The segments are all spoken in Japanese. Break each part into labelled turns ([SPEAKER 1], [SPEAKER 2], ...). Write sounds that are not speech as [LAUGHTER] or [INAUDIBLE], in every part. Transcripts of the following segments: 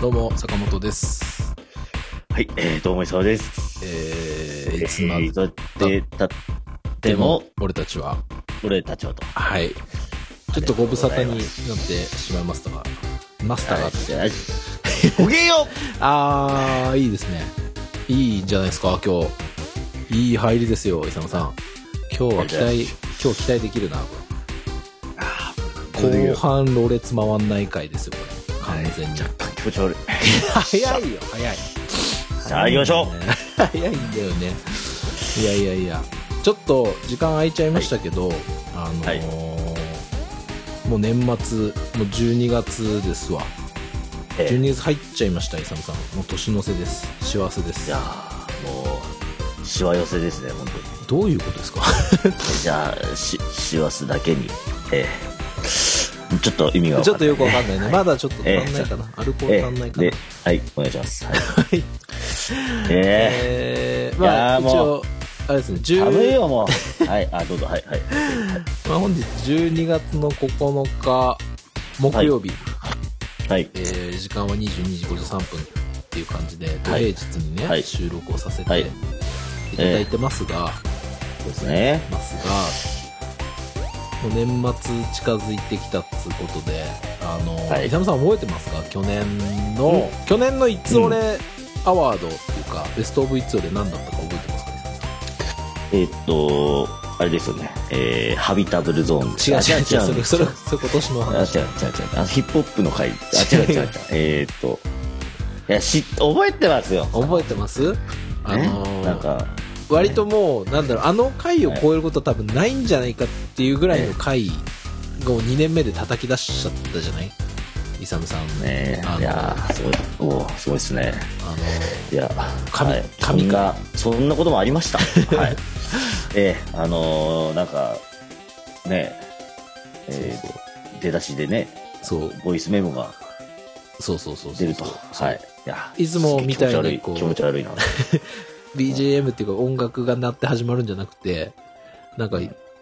[SPEAKER 1] どうも、坂本です。
[SPEAKER 2] はい、えー、どうも、磯尾です。
[SPEAKER 1] え
[SPEAKER 2] え
[SPEAKER 1] ー、いつま
[SPEAKER 2] ー、いつまでたっ
[SPEAKER 1] で
[SPEAKER 2] て
[SPEAKER 1] も
[SPEAKER 2] も、、
[SPEAKER 1] 俺たちは、
[SPEAKER 2] 俺たちはと。
[SPEAKER 1] はい。ちょっとご無沙汰になってしまいましたが、マスターがあって。
[SPEAKER 2] はいごきげんよ
[SPEAKER 1] あー、いいですね。いいじゃないですか、今日。いい入りですよ、勇さん。今日は期
[SPEAKER 2] あ
[SPEAKER 1] 待
[SPEAKER 2] り、
[SPEAKER 1] 今日期待できるな、こ
[SPEAKER 2] う
[SPEAKER 1] れ後
[SPEAKER 2] 後半
[SPEAKER 1] 半、ろれつ回んない回ですよ、これ。完全に。
[SPEAKER 2] 気持ち悪い。
[SPEAKER 1] 早いよ、早い。
[SPEAKER 2] さあ行きましょう
[SPEAKER 1] 早いんだよねいやいやいやちょっと時間空いちゃいましたけど、あのー
[SPEAKER 2] はい
[SPEAKER 1] もう年末もう12月ですわ
[SPEAKER 2] えー、い
[SPEAKER 1] 12月入っちゃいました勇さんもう年の瀬です幸せです
[SPEAKER 2] やー、もう、しわ寄せですね、本当に。
[SPEAKER 1] どういうことですか
[SPEAKER 2] じゃあ、し、しわすだけに、えー、ちょっと意味がわ
[SPEAKER 1] ち
[SPEAKER 2] か
[SPEAKER 1] ょっ
[SPEAKER 2] ん
[SPEAKER 1] と
[SPEAKER 2] ない
[SPEAKER 1] よくわかんないね、まだちょっと足
[SPEAKER 2] ええ
[SPEAKER 1] んないかな、アルコール
[SPEAKER 2] え
[SPEAKER 1] 足んない
[SPEAKER 2] ー、
[SPEAKER 1] かな、
[SPEAKER 2] で、はい、お願いします。はい。
[SPEAKER 1] はい
[SPEAKER 2] え
[SPEAKER 1] えー、まあ
[SPEAKER 2] い
[SPEAKER 1] 一
[SPEAKER 2] やーも
[SPEAKER 1] 応あれですね
[SPEAKER 2] ー、寒い
[SPEAKER 1] 10
[SPEAKER 2] よ、もう。はい、あ、どうぞ、はい、はい。
[SPEAKER 1] まあ、本日12月の9日木曜日、
[SPEAKER 2] はい
[SPEAKER 1] え。ー時間は22時53分っていう感じで、土平
[SPEAKER 2] い
[SPEAKER 1] 日にね、
[SPEAKER 2] はい
[SPEAKER 1] 収録をさせ
[SPEAKER 2] は
[SPEAKER 1] て
[SPEAKER 2] い
[SPEAKER 1] いただいてますが、
[SPEAKER 2] そうですね。
[SPEAKER 1] ますが、もう年末近づいてきたっつうことで、あの、
[SPEAKER 2] はい
[SPEAKER 1] イサムさん覚えてますか去年の、去年のいつ俺アワードっていうか、ベストオブイッツ俺何だったか覚えてますかね
[SPEAKER 2] えーっと、あれですよね。えー、ハビタブルゾーンです
[SPEAKER 1] 違う違う違う、それ、それ、
[SPEAKER 2] 違う
[SPEAKER 1] それ今年の
[SPEAKER 2] あ、違う
[SPEAKER 1] 話。
[SPEAKER 2] 違う違う。あヒップホップの回。あ、違う違う違う。えーっと、いや、し、覚えてますよ。
[SPEAKER 1] 覚えてますあ
[SPEAKER 2] ね
[SPEAKER 1] のー
[SPEAKER 2] なんか、
[SPEAKER 1] 割ともう、なんだろう、あの回を超えることは多分ないんじゃないかっていうぐらいの回を2年目で叩き出しちゃったじゃないイサムさんの。
[SPEAKER 2] ね
[SPEAKER 1] あの
[SPEAKER 2] いやーすごい、おーすごいですね。
[SPEAKER 1] あの、
[SPEAKER 2] いや、
[SPEAKER 1] 神
[SPEAKER 2] はい、
[SPEAKER 1] 神
[SPEAKER 2] そんな、そんなこともありました。
[SPEAKER 1] [LAUGHS]
[SPEAKER 2] はい。えー、あのー、なんか、ね、え
[SPEAKER 1] そう
[SPEAKER 2] ー、出だしでね、
[SPEAKER 1] そう、
[SPEAKER 2] ボイスメモが
[SPEAKER 1] そうそうそうそう。
[SPEAKER 2] 出ると。はい。いや、
[SPEAKER 1] いつもみたいにこう
[SPEAKER 2] 気持ち悪い気持ち悪いな。
[SPEAKER 1] BGM っていうか音楽が鳴って始まるんじゃなくて、なんか、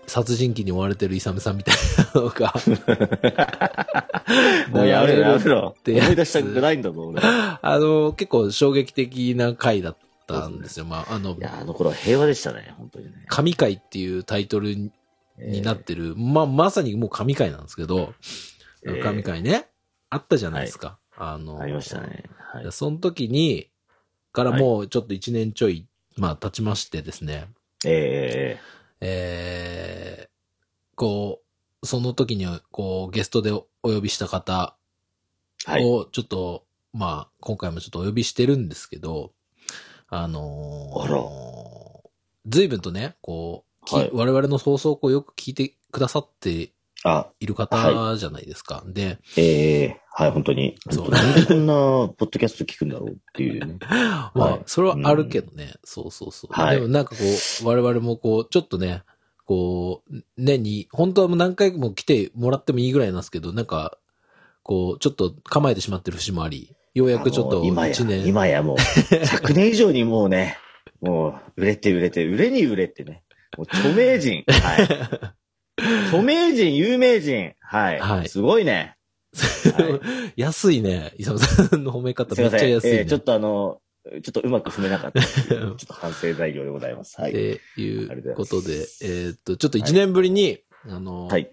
[SPEAKER 1] 殺人鬼に追われてるイサムさんみたいなのが、
[SPEAKER 2] [LAUGHS] もうやめろやめろ。
[SPEAKER 1] てやつ
[SPEAKER 2] 思い出したくないんだぞ、俺。い
[SPEAKER 1] あの、結構衝撃的な回だったんですよ。まあ、あの、
[SPEAKER 2] や、あの頃は平和でしたね、本当にね。
[SPEAKER 1] 神回っていうタイトルにになってる、まあ、まさにもう神回なんですけど、
[SPEAKER 2] えー
[SPEAKER 1] 神回ね、あったじゃないですか。あ
[SPEAKER 2] え
[SPEAKER 1] の、
[SPEAKER 2] ーありましたね。はい。
[SPEAKER 1] その時に、からもうちょっと1年ちょい、まあ、経ちましてですね、
[SPEAKER 2] え
[SPEAKER 1] えー、こう、その時に、こう、ゲストでおお呼びした方
[SPEAKER 2] ー、はい。
[SPEAKER 1] を、ちょっと、まあ、今回もちょっとお呼びしてるんですけど、あのー
[SPEAKER 2] あら
[SPEAKER 1] 随分とね、こう、き
[SPEAKER 2] はい
[SPEAKER 1] 我々の放送をこうよく聞いてくださって
[SPEAKER 2] あ、
[SPEAKER 1] いる方じゃないですか。で、
[SPEAKER 2] ええはい、本当に。
[SPEAKER 1] そう
[SPEAKER 2] 本当になんでこんな、ポッドキャスト聞くんだろうっ
[SPEAKER 1] [LAUGHS]
[SPEAKER 2] ていうね。
[SPEAKER 1] まあ、
[SPEAKER 2] はい
[SPEAKER 1] それはあるけどね。そうそうそう。
[SPEAKER 2] はい
[SPEAKER 1] でもなんかこう、我々もこう、ちょっとね、こう、年に、本当はもう何回も来てもらってもいいぐらいなんですけど、なんか、こう、ちょっと構えてしまってる節もあり、ようやくちょっ
[SPEAKER 2] あ
[SPEAKER 1] と
[SPEAKER 2] の今や
[SPEAKER 1] 1、年、
[SPEAKER 2] 今や
[SPEAKER 1] [LAUGHS]
[SPEAKER 2] もう、100年以上にもうね、もう、売れて売れて、売れに売れてね。もう著名
[SPEAKER 1] [LAUGHS]
[SPEAKER 2] 人。はい。著名人、有名人。はい。
[SPEAKER 1] はい
[SPEAKER 2] すごいね。は
[SPEAKER 1] 安いね、伊沢さんの褒め方
[SPEAKER 2] す
[SPEAKER 1] [LAUGHS]
[SPEAKER 2] い
[SPEAKER 1] めっ
[SPEAKER 2] ま
[SPEAKER 1] ちゃ
[SPEAKER 2] せ
[SPEAKER 1] 安い、
[SPEAKER 2] ん。え
[SPEAKER 1] ね
[SPEAKER 2] ーちょっとあの、ちょっとうまく踏めな
[SPEAKER 1] [LAUGHS]
[SPEAKER 2] かったっていう。ちょっと反省材料でございます。はい。
[SPEAKER 1] っていうこと
[SPEAKER 2] ありがとうござい
[SPEAKER 1] で
[SPEAKER 2] ま、す
[SPEAKER 1] えーっと、ちょっと1年ぶりに、あの、
[SPEAKER 2] はい。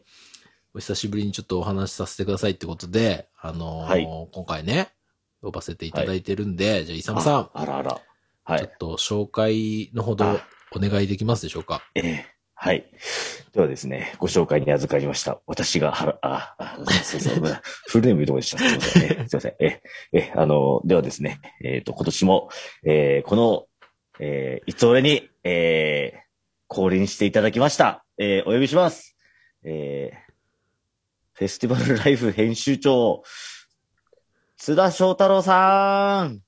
[SPEAKER 1] お久しぶりにちょっとお話しさせてくださいってことで、あのー
[SPEAKER 2] はい
[SPEAKER 1] 今回ね、呼ばせていただいてるんで、じゃあ、イサムさん
[SPEAKER 2] あ、あらあら。は
[SPEAKER 1] ちょ
[SPEAKER 2] い
[SPEAKER 1] っ。と紹介のほど
[SPEAKER 2] あ
[SPEAKER 1] お願いできますでしょうか。
[SPEAKER 2] えーはい。ではですね、ご紹介に預かりました。私が、はら、あ、あ、そうそう、ごめんな [LAUGHS] フルネーム言うとこでした。すいません。えーすいません。えー、えー、あの、ではですね、えっ、と、今年も、えーこの、えーいつ俺に、えー降臨していただきました。えーお呼びします。えーフェスティバルライフ編集長、津田翔太郎さん。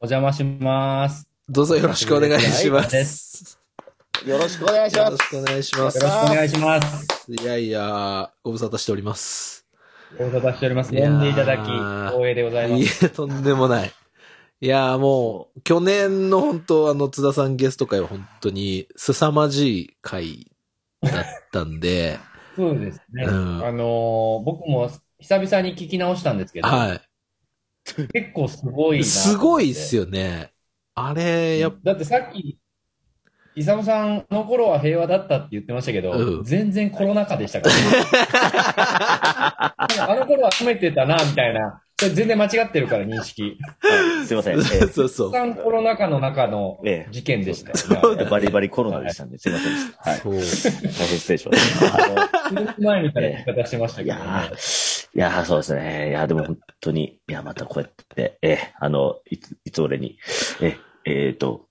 [SPEAKER 3] お邪魔します。
[SPEAKER 1] どうぞよろしくお願いしま。
[SPEAKER 3] はいです
[SPEAKER 2] よろしくお願いし
[SPEAKER 1] よ
[SPEAKER 2] ま
[SPEAKER 1] ろ
[SPEAKER 2] す
[SPEAKER 1] し。くお願いしま
[SPEAKER 3] よろし
[SPEAKER 1] す
[SPEAKER 3] くお。願いします。
[SPEAKER 1] いやいや、ご無沙汰しております。
[SPEAKER 3] ご無沙汰しております。
[SPEAKER 1] いや
[SPEAKER 3] 呼
[SPEAKER 1] ー
[SPEAKER 3] んでいただき、光栄でございま
[SPEAKER 1] い
[SPEAKER 3] す。
[SPEAKER 1] え、とんでもない。いやーもう、去年の本当、あの、津田さんゲスト会は本当に凄まじい会だったん [LAUGHS] で、
[SPEAKER 3] そうですね。
[SPEAKER 1] うん
[SPEAKER 3] あのー僕も久々に聞き直したんですけど、
[SPEAKER 1] はい。
[SPEAKER 3] 結構すごいな。
[SPEAKER 1] すごいっす
[SPEAKER 3] よ。
[SPEAKER 1] よね。あれ、やっぱ、
[SPEAKER 3] だってさっき、イサムさんの頃は平和だったって言ってましたけど、
[SPEAKER 1] うん
[SPEAKER 3] 全然コロナ禍でした
[SPEAKER 1] [LAUGHS]
[SPEAKER 3] から。あの頃は褒めてたな、みたいな。それ全然間違ってるから、認識。
[SPEAKER 2] はいすいません。えー
[SPEAKER 1] [LAUGHS] そうそう
[SPEAKER 3] 一。旦コロナ禍の中の
[SPEAKER 2] ええ
[SPEAKER 3] 事件でした
[SPEAKER 2] い
[SPEAKER 3] [LAUGHS]
[SPEAKER 2] や
[SPEAKER 3] よ
[SPEAKER 2] バリバリコロナでしたんで、すいませんでした。はい。
[SPEAKER 1] そう。
[SPEAKER 2] 大変失礼しました。
[SPEAKER 3] ね。前みたいな言い方してました
[SPEAKER 2] い
[SPEAKER 3] けど
[SPEAKER 2] や
[SPEAKER 3] ね。
[SPEAKER 2] ー、いやーそうですね。いやーでも本当に、いや、またこうやって、えー、あの、いつ、いつ俺に、えー、えーと、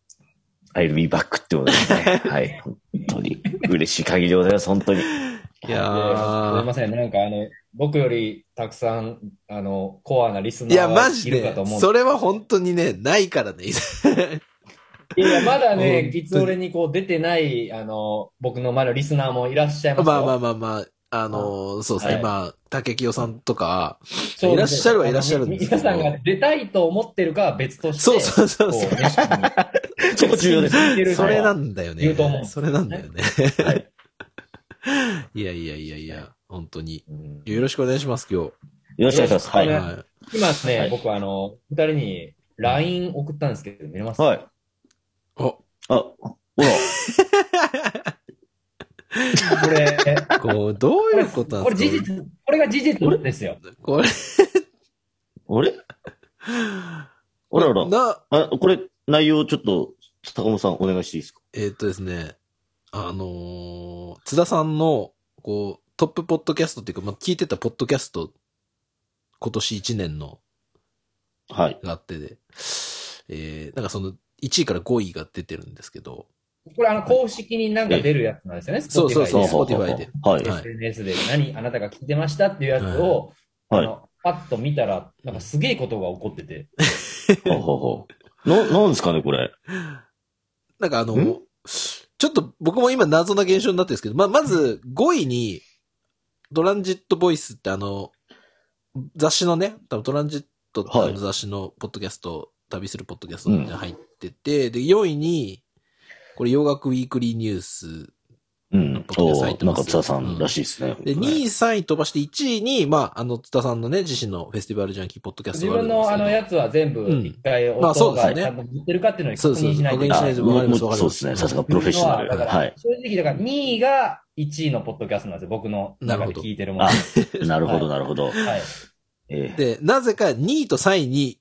[SPEAKER 2] I'll be back ってことですね。はい。本当に、嬉しい限りでございます。本当に。
[SPEAKER 1] いや
[SPEAKER 3] すみ
[SPEAKER 1] ー
[SPEAKER 3] ません、なんかあの、僕よりたくさん、あの、コアなリスナ
[SPEAKER 1] いや、
[SPEAKER 3] ー
[SPEAKER 1] マ
[SPEAKER 3] が
[SPEAKER 1] ジ
[SPEAKER 3] いるか
[SPEAKER 1] で
[SPEAKER 3] と思う。、
[SPEAKER 1] それは本当にね、ないからね。
[SPEAKER 3] いや、まだね、
[SPEAKER 1] うん
[SPEAKER 3] いつ俺にこう出てない、あの、僕の前のリスナーもいらっしゃいますよ。
[SPEAKER 1] まあまあまあまあ、あのーそうですね、
[SPEAKER 3] はい
[SPEAKER 1] まあ、竹清さんとか、
[SPEAKER 3] そう
[SPEAKER 1] いらっしゃるはいらっしゃるん
[SPEAKER 3] み
[SPEAKER 1] ですけ
[SPEAKER 3] 皆
[SPEAKER 1] ど
[SPEAKER 3] さんが出たいと思ってるかは別として。
[SPEAKER 1] そうそうそうそう
[SPEAKER 3] こうね
[SPEAKER 1] [LAUGHS]
[SPEAKER 2] そこ重要です。
[SPEAKER 3] 聞いてる
[SPEAKER 1] それな
[SPEAKER 3] は
[SPEAKER 1] んだよね。
[SPEAKER 3] 言うと思う
[SPEAKER 1] それなんだよね。
[SPEAKER 2] はい。
[SPEAKER 1] [LAUGHS] いやいやいやいや、本当に。
[SPEAKER 2] うん
[SPEAKER 1] よろしくお願いします、今日。
[SPEAKER 2] よろしくお願いします。はい。
[SPEAKER 3] ね
[SPEAKER 2] はい。
[SPEAKER 1] は
[SPEAKER 3] 今ね、
[SPEAKER 2] はい
[SPEAKER 3] 僕あの、二人に LINE 送ったんですけど、見れます
[SPEAKER 2] あ、
[SPEAKER 1] い。お、
[SPEAKER 2] ほ
[SPEAKER 3] これ、
[SPEAKER 1] こう、どういうことなん
[SPEAKER 3] これ事
[SPEAKER 1] ですか
[SPEAKER 3] 実、これが事実なんですよ。
[SPEAKER 1] これ、
[SPEAKER 2] ら、あれあらあら。
[SPEAKER 1] な、
[SPEAKER 2] あ、これ、内容ちょっと、坂本さんお願いしていいですか
[SPEAKER 1] えーっとですね、あのー津田さんの、こう、トップポッドキャストっていうか、まあ、聞いてたポッドキャスト、今年1年の
[SPEAKER 2] はい。
[SPEAKER 1] があってで、えー、なんかその、1位から5位が出てるんですけど、
[SPEAKER 3] これあの、公式になんか出るやつなんですよね、
[SPEAKER 1] そうそうそう
[SPEAKER 3] Spotify で
[SPEAKER 2] ほうほうほ
[SPEAKER 1] Spotify
[SPEAKER 2] う
[SPEAKER 1] で
[SPEAKER 2] はい。
[SPEAKER 1] はい
[SPEAKER 3] SNS で何あなたが聞いてましたっていうやつを、
[SPEAKER 2] はい
[SPEAKER 3] あのパッと見たら、なんかすげえことが起こってて、
[SPEAKER 2] ほうほうほう。な、なんですかね、これ。
[SPEAKER 1] なんかあの、
[SPEAKER 2] ん
[SPEAKER 1] ちょっと僕も今謎な現象になってるんですけど、まあ、まず5位に、トランジットボイスってあの、雑誌のね、多分トランジットってあ
[SPEAKER 2] はい
[SPEAKER 1] の雑誌のポッドキャスト、旅するポッドキャストみたいなの入ってて、で、4位に、これ洋楽ウィークリーニュース。
[SPEAKER 2] うん。
[SPEAKER 1] ポッドキャスト
[SPEAKER 2] お
[SPEAKER 1] 入って
[SPEAKER 2] な
[SPEAKER 1] ます
[SPEAKER 2] んか津田さんらしいですね。
[SPEAKER 1] で、2位、3位飛ばして1位に、まあ、あの、津田さんのね、自身のフェスティバルジャンキーポッドキャスト
[SPEAKER 3] 自
[SPEAKER 1] がある
[SPEAKER 3] 分
[SPEAKER 1] んです
[SPEAKER 3] の
[SPEAKER 1] け
[SPEAKER 3] あ
[SPEAKER 1] ど
[SPEAKER 3] のやつは全部
[SPEAKER 1] うん
[SPEAKER 3] 一回音
[SPEAKER 1] まあそうです
[SPEAKER 3] が
[SPEAKER 1] ね
[SPEAKER 3] ちゃんと言ってるかっていうのを確
[SPEAKER 1] そうそう
[SPEAKER 3] 認しないといけな
[SPEAKER 1] 確認しない
[SPEAKER 3] い。
[SPEAKER 1] と
[SPEAKER 2] も
[SPEAKER 1] わかります
[SPEAKER 2] も
[SPEAKER 1] わかりま
[SPEAKER 2] そうですすね。さすがプロフェッショナル。
[SPEAKER 3] だから
[SPEAKER 2] はい。
[SPEAKER 3] 正直、だから2位が1位のポッドキャストなんですよ、僕の中で聞いてるもの。
[SPEAKER 2] な
[SPEAKER 3] は
[SPEAKER 2] る
[SPEAKER 3] い。
[SPEAKER 2] なるほど、なるほど。ええ
[SPEAKER 1] で、なぜか2位と3位に、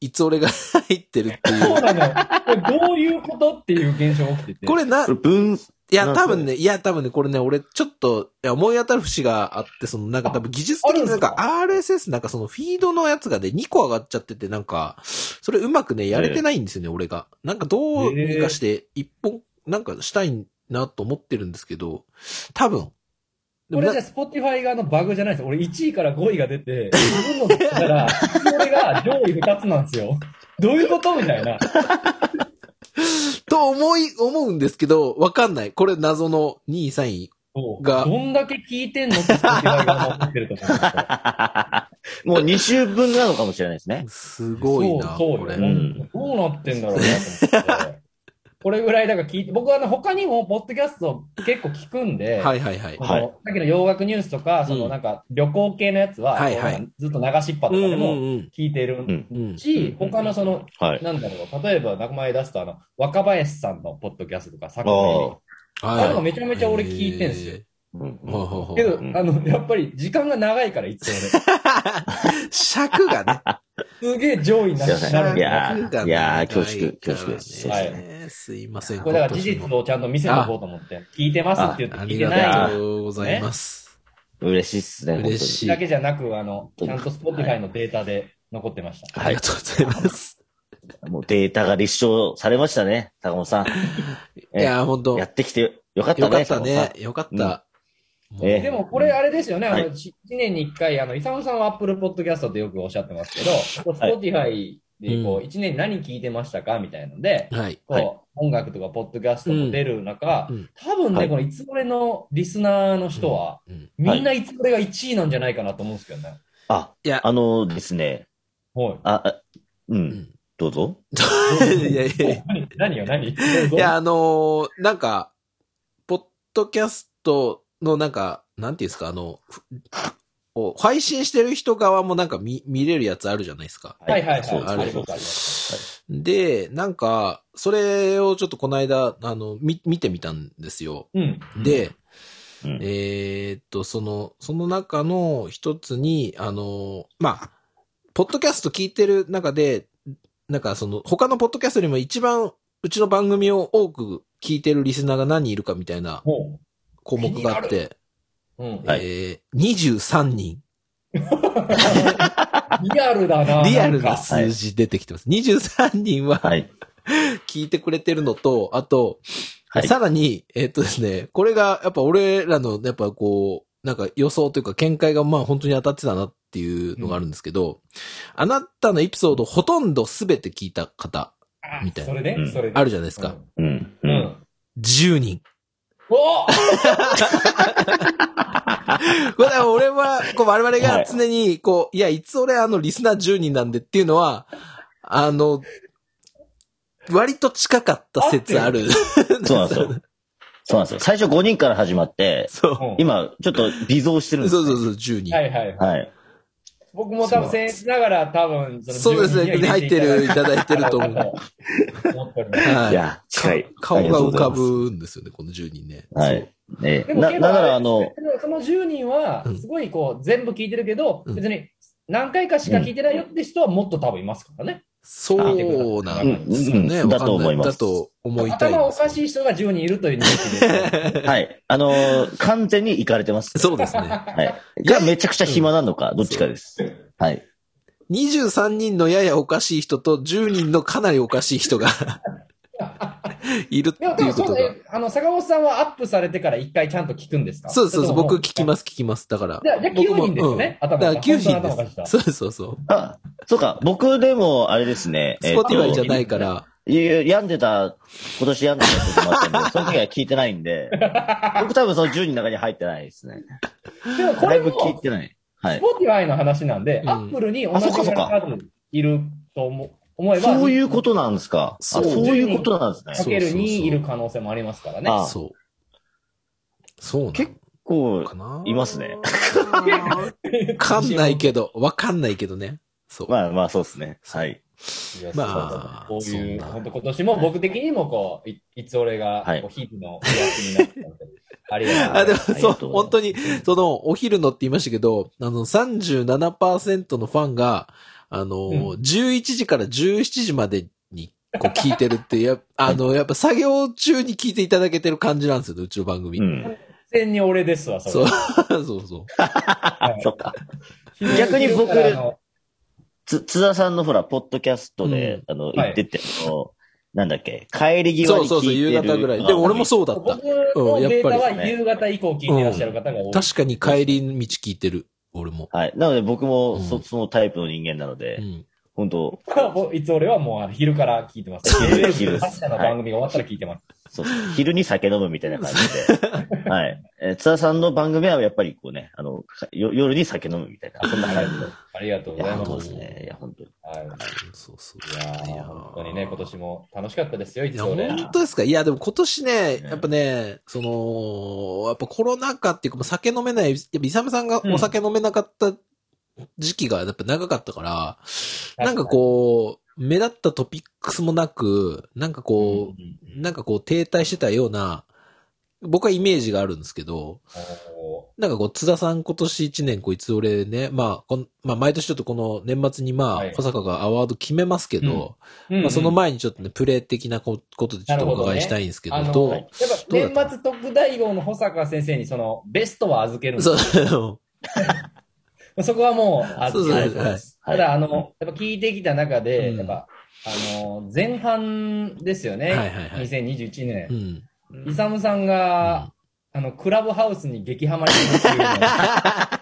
[SPEAKER 1] いつ俺が [LAUGHS] 入ってるって
[SPEAKER 3] [LAUGHS]
[SPEAKER 1] い
[SPEAKER 3] そう
[SPEAKER 1] う。
[SPEAKER 3] なのよ。これどういうことっていう現象が起きてて。
[SPEAKER 1] これな
[SPEAKER 2] こ、れ分、
[SPEAKER 1] い
[SPEAKER 2] な
[SPEAKER 1] や、
[SPEAKER 2] んか
[SPEAKER 1] 多分ね、いや、多分ね、これね、俺、ちょっと、いや、思い当たる節があって、その、なんか多分、技術的になんか、RSS なんかその、フィードのやつがね、2個上がっちゃってて、なんか、それうまくね、やれてないんですよね、俺が。なんか、どうにかして、一本、なんか、したいなと思ってるんですけど、多分。で
[SPEAKER 3] こ
[SPEAKER 1] も
[SPEAKER 3] れ
[SPEAKER 1] な
[SPEAKER 3] ね、Spotify 側のバグじゃないです。俺1位から5位が出て、自分のだから、俺が上位2つなんですよ。どういうことみたいな。
[SPEAKER 1] と思い、思うんですけど、わかんない。これ、謎の2位、3位。が
[SPEAKER 3] どんだけ聞いてんのって Spotify 側が思ってると思うんですよ。
[SPEAKER 2] [LAUGHS] もう2週分なのかもしれないですね。
[SPEAKER 1] すごいな、
[SPEAKER 3] そ
[SPEAKER 1] こ
[SPEAKER 3] うそう
[SPEAKER 1] れ。
[SPEAKER 3] よ、
[SPEAKER 2] うん
[SPEAKER 3] どうなってんだろうなと思って。これぐらいだから聞いて、僕はあの他にもポッドキャスト結構聞くんで、
[SPEAKER 1] はいはいはい
[SPEAKER 3] そ。の
[SPEAKER 2] はい
[SPEAKER 3] さっきの洋楽ニュースとか、そ
[SPEAKER 1] うん
[SPEAKER 3] のなんか旅行系のやつは、
[SPEAKER 1] はいはい
[SPEAKER 3] こうなんかずっと流しっぱとかでも聞いてる
[SPEAKER 1] うんうん。
[SPEAKER 3] し、
[SPEAKER 2] うん
[SPEAKER 3] 他のその、
[SPEAKER 2] はい。
[SPEAKER 3] なんだろう、例えば名前出すとあの、若林さんのポッドキャストとか、さっき
[SPEAKER 2] ああ
[SPEAKER 3] の。あれ
[SPEAKER 1] は
[SPEAKER 3] もめちゃめちゃ俺聞いてんすよ。
[SPEAKER 2] うん
[SPEAKER 1] ほうほうほう
[SPEAKER 3] けど、
[SPEAKER 2] うん
[SPEAKER 3] あの、やっぱり時間が長いから、いつもね。
[SPEAKER 1] 尺がね。
[SPEAKER 3] すげえ上位になっ
[SPEAKER 2] すいません
[SPEAKER 3] なるん
[SPEAKER 1] 尺
[SPEAKER 2] い
[SPEAKER 3] で
[SPEAKER 2] や
[SPEAKER 1] が長
[SPEAKER 2] いやー
[SPEAKER 1] から
[SPEAKER 2] 恐縮恐縮です
[SPEAKER 1] は
[SPEAKER 3] はい
[SPEAKER 1] い。すいません。
[SPEAKER 3] これだから事実をちゃんと見せとこうと思って、聞いてますって言って
[SPEAKER 1] あ
[SPEAKER 3] 聞い
[SPEAKER 1] り
[SPEAKER 3] て
[SPEAKER 1] が
[SPEAKER 3] な
[SPEAKER 2] あ
[SPEAKER 3] い
[SPEAKER 1] とうございます。
[SPEAKER 2] 嬉しいっすね、本当に
[SPEAKER 1] 嬉しい
[SPEAKER 3] だけじゃなく、あの、
[SPEAKER 2] 本
[SPEAKER 3] ち
[SPEAKER 2] 当
[SPEAKER 3] ゃ
[SPEAKER 2] に
[SPEAKER 3] んと Spotify のデータで残ってました。
[SPEAKER 1] ありがとうございます。
[SPEAKER 2] もうデータが立証されましたね、坂本さん。
[SPEAKER 1] いやー、ほんと。よ
[SPEAKER 2] やってきてよかった
[SPEAKER 1] かっ
[SPEAKER 2] ね、
[SPEAKER 1] た
[SPEAKER 2] 坂本さん
[SPEAKER 1] ね。。よかった。
[SPEAKER 2] んええ
[SPEAKER 3] でもこれあれですよね、あ
[SPEAKER 2] は
[SPEAKER 3] の、1年に1回、あの、イサムさんは Apple Podcast ってよくおっしゃってますけど、
[SPEAKER 2] はい
[SPEAKER 3] Spotify でこ
[SPEAKER 1] う
[SPEAKER 3] う、1年に何聞いてましたかみたいので、
[SPEAKER 1] はい。
[SPEAKER 3] こ、
[SPEAKER 2] はいう
[SPEAKER 3] 音楽とかポッドキャストも出る中
[SPEAKER 1] うんうん、
[SPEAKER 3] 多分
[SPEAKER 2] は
[SPEAKER 3] ね、
[SPEAKER 2] い
[SPEAKER 3] このいつ俺のリスナーの人は、
[SPEAKER 1] うん
[SPEAKER 2] はい
[SPEAKER 3] みんないつ俺が1位なんじゃないかなと思うんですけどね。
[SPEAKER 2] あ、
[SPEAKER 1] いや、
[SPEAKER 2] あのですね、
[SPEAKER 3] はい。
[SPEAKER 2] あ、あう、
[SPEAKER 1] うん [LAUGHS] ん
[SPEAKER 2] どうぞ。
[SPEAKER 1] [LAUGHS] いやいやいや
[SPEAKER 3] 何何よ、何い
[SPEAKER 1] いや、あのーなんか、ポッドキャストのなんか、なんていうんですか、あの、ふこう配信してる人側もなんか見、見れるやつあるじゃないですか。
[SPEAKER 3] はいはいはい
[SPEAKER 2] そうそうそう
[SPEAKER 3] あれ
[SPEAKER 1] で、なんか、それをちょっとこの間、あの、み、見てみたんですよ。
[SPEAKER 3] うん。
[SPEAKER 1] で、
[SPEAKER 2] うん
[SPEAKER 1] えーっと、その、その中の一つに、あの、まあ、ポッドキャスト聞いてる中で、なんかその、他のポッドキャストよりも一番、うちの番組を多く聞いてるリスナーが何人いるかみたいな
[SPEAKER 3] も
[SPEAKER 1] 項目があって、
[SPEAKER 3] う。うん。
[SPEAKER 2] なる
[SPEAKER 1] えー、23人。
[SPEAKER 3] [LAUGHS] リアルだな。
[SPEAKER 1] リアルな
[SPEAKER 3] なんか
[SPEAKER 1] 数字出てきてます。23人は
[SPEAKER 2] はい。
[SPEAKER 1] 聞いてくれてるのと、あと、
[SPEAKER 2] はい
[SPEAKER 1] さらに、えっとですね、これが、やっぱ俺らの、やっぱこう、なんか予想というか見解がまあ本当に当たってたなっていうのがあるんですけど、あなたのエピソードほとんどすべて聞いた方、
[SPEAKER 3] あ
[SPEAKER 1] みたいな
[SPEAKER 3] それね
[SPEAKER 2] うん、
[SPEAKER 3] それね
[SPEAKER 1] あるじゃないですか。。
[SPEAKER 2] うん。
[SPEAKER 3] うん。
[SPEAKER 2] うん。
[SPEAKER 3] うん
[SPEAKER 1] 10人。
[SPEAKER 3] お
[SPEAKER 1] これは俺は、こう我々
[SPEAKER 2] は
[SPEAKER 1] が
[SPEAKER 2] い
[SPEAKER 1] 常に、こう、いや、いつ俺あの、リスナー10人なんでっていうのは、あの、割と近かった説ある。
[SPEAKER 2] そうなんですよ。そうなんですよ。最初5人から始まって、
[SPEAKER 1] [LAUGHS] そう。
[SPEAKER 3] うん
[SPEAKER 2] 今、ちょっと微増してるんです
[SPEAKER 1] そう
[SPEAKER 2] ね、
[SPEAKER 1] そうそう、10人。
[SPEAKER 3] はいはい。
[SPEAKER 2] はい。
[SPEAKER 3] 僕も多分、僭越ながら多分、
[SPEAKER 1] そうですね。入ってる、いただいてると思う。
[SPEAKER 3] 思ってる。
[SPEAKER 1] はい
[SPEAKER 2] や、近い
[SPEAKER 1] か。顔が浮か
[SPEAKER 2] ありがとうござい
[SPEAKER 1] ぶんですよね、この10人ね。
[SPEAKER 2] ます。はい。ね
[SPEAKER 3] でも
[SPEAKER 2] な、
[SPEAKER 3] け
[SPEAKER 2] だ
[SPEAKER 3] ど
[SPEAKER 2] からあの、
[SPEAKER 3] でもその10人は
[SPEAKER 1] うん、
[SPEAKER 3] すごいこう、全部聞いてるけど、
[SPEAKER 1] うん
[SPEAKER 3] 別に何回かしか聞いてないよって人はもっと多分いますからね。
[SPEAKER 1] そうそうなんですよね。
[SPEAKER 2] うんうん
[SPEAKER 1] わかんない
[SPEAKER 2] だと思います
[SPEAKER 1] だと思いたい。
[SPEAKER 3] 頭おかしい人が10人いるという認識
[SPEAKER 1] [LAUGHS]
[SPEAKER 3] で。
[SPEAKER 2] はい。あのー、完全に行かれてます。
[SPEAKER 1] そうですね。
[SPEAKER 2] はい。がめちゃくちゃ暇なのか、どっちかです。はい。
[SPEAKER 1] 23人のややおかしい人と10人のかなりおかしい人が [LAUGHS] いるって
[SPEAKER 3] でも多
[SPEAKER 1] いうこ
[SPEAKER 3] 分そ
[SPEAKER 1] と
[SPEAKER 3] う
[SPEAKER 1] が
[SPEAKER 3] ね。、あの、坂本さんはアップされてから一回ちゃんと聞くんですか。
[SPEAKER 1] そうですそうです。僕聞きますす、聞きます。だから。
[SPEAKER 3] じゃあじゃあ9人です
[SPEAKER 1] 僕も
[SPEAKER 3] よね
[SPEAKER 1] うん
[SPEAKER 3] 頭
[SPEAKER 1] だ
[SPEAKER 3] が
[SPEAKER 1] から9
[SPEAKER 3] 本当の頭がお
[SPEAKER 1] 人
[SPEAKER 3] かしい人
[SPEAKER 1] です。そうそうそう。
[SPEAKER 2] あ、そうか。僕でも、あれですね。
[SPEAKER 1] スポティファイじゃ
[SPEAKER 2] い
[SPEAKER 1] ないから。
[SPEAKER 2] や病んでた、今年病んでた時もあったんで、
[SPEAKER 3] [LAUGHS]
[SPEAKER 2] その時は聞いてないんで、僕多分その10人の中に入ってないですね。
[SPEAKER 3] でもこ
[SPEAKER 2] だい
[SPEAKER 3] れ
[SPEAKER 2] ぶ
[SPEAKER 3] も、
[SPEAKER 2] 聞いてない。はい。
[SPEAKER 3] Spotify の話なんで
[SPEAKER 1] う、ん
[SPEAKER 3] アップルに同
[SPEAKER 2] あ
[SPEAKER 3] じ
[SPEAKER 2] そっかそっか
[SPEAKER 3] 数いると思思えば、
[SPEAKER 2] そういうことなんですか。あ
[SPEAKER 1] そ
[SPEAKER 2] そうういうことなんですね。
[SPEAKER 1] そう
[SPEAKER 3] かける2いる可能性もありますからね。
[SPEAKER 2] あ
[SPEAKER 1] そう。そうなの
[SPEAKER 2] 結構
[SPEAKER 1] か、な。
[SPEAKER 2] いますね。
[SPEAKER 1] わかんないけど、わかんないけどね。そう。
[SPEAKER 2] まあまあそうですね。はい。
[SPEAKER 3] [LAUGHS] いや
[SPEAKER 1] まあ
[SPEAKER 3] そうだねこうい
[SPEAKER 1] そん
[SPEAKER 3] う、
[SPEAKER 1] な
[SPEAKER 3] 本当今年も僕的にもこう、いいつ俺が
[SPEAKER 2] はい、
[SPEAKER 3] こう日々のお休みになったので、ありがとうござ
[SPEAKER 1] あ、
[SPEAKER 3] い
[SPEAKER 1] で
[SPEAKER 3] ま
[SPEAKER 1] も
[SPEAKER 3] す。
[SPEAKER 2] ありが
[SPEAKER 1] そう、
[SPEAKER 2] とう
[SPEAKER 1] 本当に、その、お昼のって言いましたけど、あの、37%のファンが、あの、
[SPEAKER 3] うん
[SPEAKER 1] 11時から17時までに、こう、聞いてるって、や、あの、やっぱ作業中に聞いていただけてる感じなんですよね、うちの番組。
[SPEAKER 2] うん。
[SPEAKER 3] 完全に俺ですわ、そ
[SPEAKER 1] そう、 [LAUGHS]
[SPEAKER 3] れ。
[SPEAKER 1] そうそう。
[SPEAKER 2] あ、そっか。
[SPEAKER 3] 昼
[SPEAKER 2] 逆に僕
[SPEAKER 3] 昼からの
[SPEAKER 2] つ、津田さんのほら、ポッドキャストで、あの、
[SPEAKER 3] はい
[SPEAKER 2] 言ってて、あの、なんだっけ、帰
[SPEAKER 1] そ
[SPEAKER 2] り際に聞いてる。
[SPEAKER 1] うそうそう、夕方ぐらい。でも俺もそうだっ
[SPEAKER 3] 僕
[SPEAKER 1] た
[SPEAKER 3] の。データ
[SPEAKER 1] うんやっぱ
[SPEAKER 3] は
[SPEAKER 2] りですね
[SPEAKER 3] 夕方以降聞いてらっしゃる方が多い。
[SPEAKER 1] 確かに帰り道聞いてる、俺も。
[SPEAKER 2] はい。なので僕もそ、
[SPEAKER 1] うん
[SPEAKER 2] そのタイプの人間なの
[SPEAKER 1] う
[SPEAKER 2] で、
[SPEAKER 1] ん。
[SPEAKER 2] 本当
[SPEAKER 3] 僕 [LAUGHS] いつ俺はもう昼から聞いてます。
[SPEAKER 2] 昼です昼です
[SPEAKER 3] 朝の番組が終わったら聞いてます。
[SPEAKER 2] そうそう昼に酒飲むみたいな感じ
[SPEAKER 1] [LAUGHS]
[SPEAKER 2] で。はい。えー津田さんの番組はやっぱりこうね、あの、かよ夜に酒飲むみたいな、そんな感じ
[SPEAKER 1] [LAUGHS]
[SPEAKER 2] で。
[SPEAKER 3] ありがとう
[SPEAKER 2] い
[SPEAKER 3] ござい
[SPEAKER 2] や、
[SPEAKER 3] ま
[SPEAKER 2] 本
[SPEAKER 3] す。
[SPEAKER 2] 当
[SPEAKER 3] は
[SPEAKER 2] ですね。いや、本当に。
[SPEAKER 3] い
[SPEAKER 1] そうそう。
[SPEAKER 3] いや
[SPEAKER 1] いや
[SPEAKER 3] ー本当にね、今年も楽しかったですよ、
[SPEAKER 1] い
[SPEAKER 3] い
[SPEAKER 1] や、
[SPEAKER 3] つ俺。
[SPEAKER 1] 本当ですかいや、でも今年ね、
[SPEAKER 2] うん
[SPEAKER 1] やっぱね、その、やっぱコロナ禍っていうか、酒飲めない、やっぱイサムさんが
[SPEAKER 3] うん
[SPEAKER 1] お酒飲めなかった時期がやっぱ長かったから、
[SPEAKER 3] かに
[SPEAKER 1] なんかこう、目立ったトピックスもなく、なんかこ
[SPEAKER 3] うん
[SPEAKER 1] う、なんかこう停滞してたような、僕はイメージがあるんですけど、
[SPEAKER 3] お
[SPEAKER 1] なんかこう、津田さん今年1年、こいつ俺ね、まあ、こんまあ、毎年ちょっとこの年末にまあ、
[SPEAKER 3] はい
[SPEAKER 1] 小坂がアワード決めますけど、
[SPEAKER 3] うんー
[SPEAKER 1] まあ、その前にちょっとね、プレー的なこことでちょっとお伺いしたいんですけど、
[SPEAKER 3] あの
[SPEAKER 1] どう
[SPEAKER 3] やっぱ年末特大号の保坂先生にそのベストは預けるんです
[SPEAKER 1] [LAUGHS] そう、
[SPEAKER 3] よ
[SPEAKER 1] あの
[SPEAKER 3] そこはもう
[SPEAKER 1] そうそ
[SPEAKER 3] 預
[SPEAKER 1] う
[SPEAKER 3] け
[SPEAKER 1] は
[SPEAKER 3] る
[SPEAKER 1] い
[SPEAKER 3] んです
[SPEAKER 2] はい
[SPEAKER 3] ただあの、やっぱ聞いてきた中で、
[SPEAKER 1] うん
[SPEAKER 3] やっぱあの前半ですよね、
[SPEAKER 1] はいはいはい
[SPEAKER 3] 2021
[SPEAKER 1] う
[SPEAKER 3] 年、
[SPEAKER 1] ん。
[SPEAKER 3] イサムさんが、あのクラブハウスに激ハマりするっていうの
[SPEAKER 1] [LAUGHS]
[SPEAKER 3] が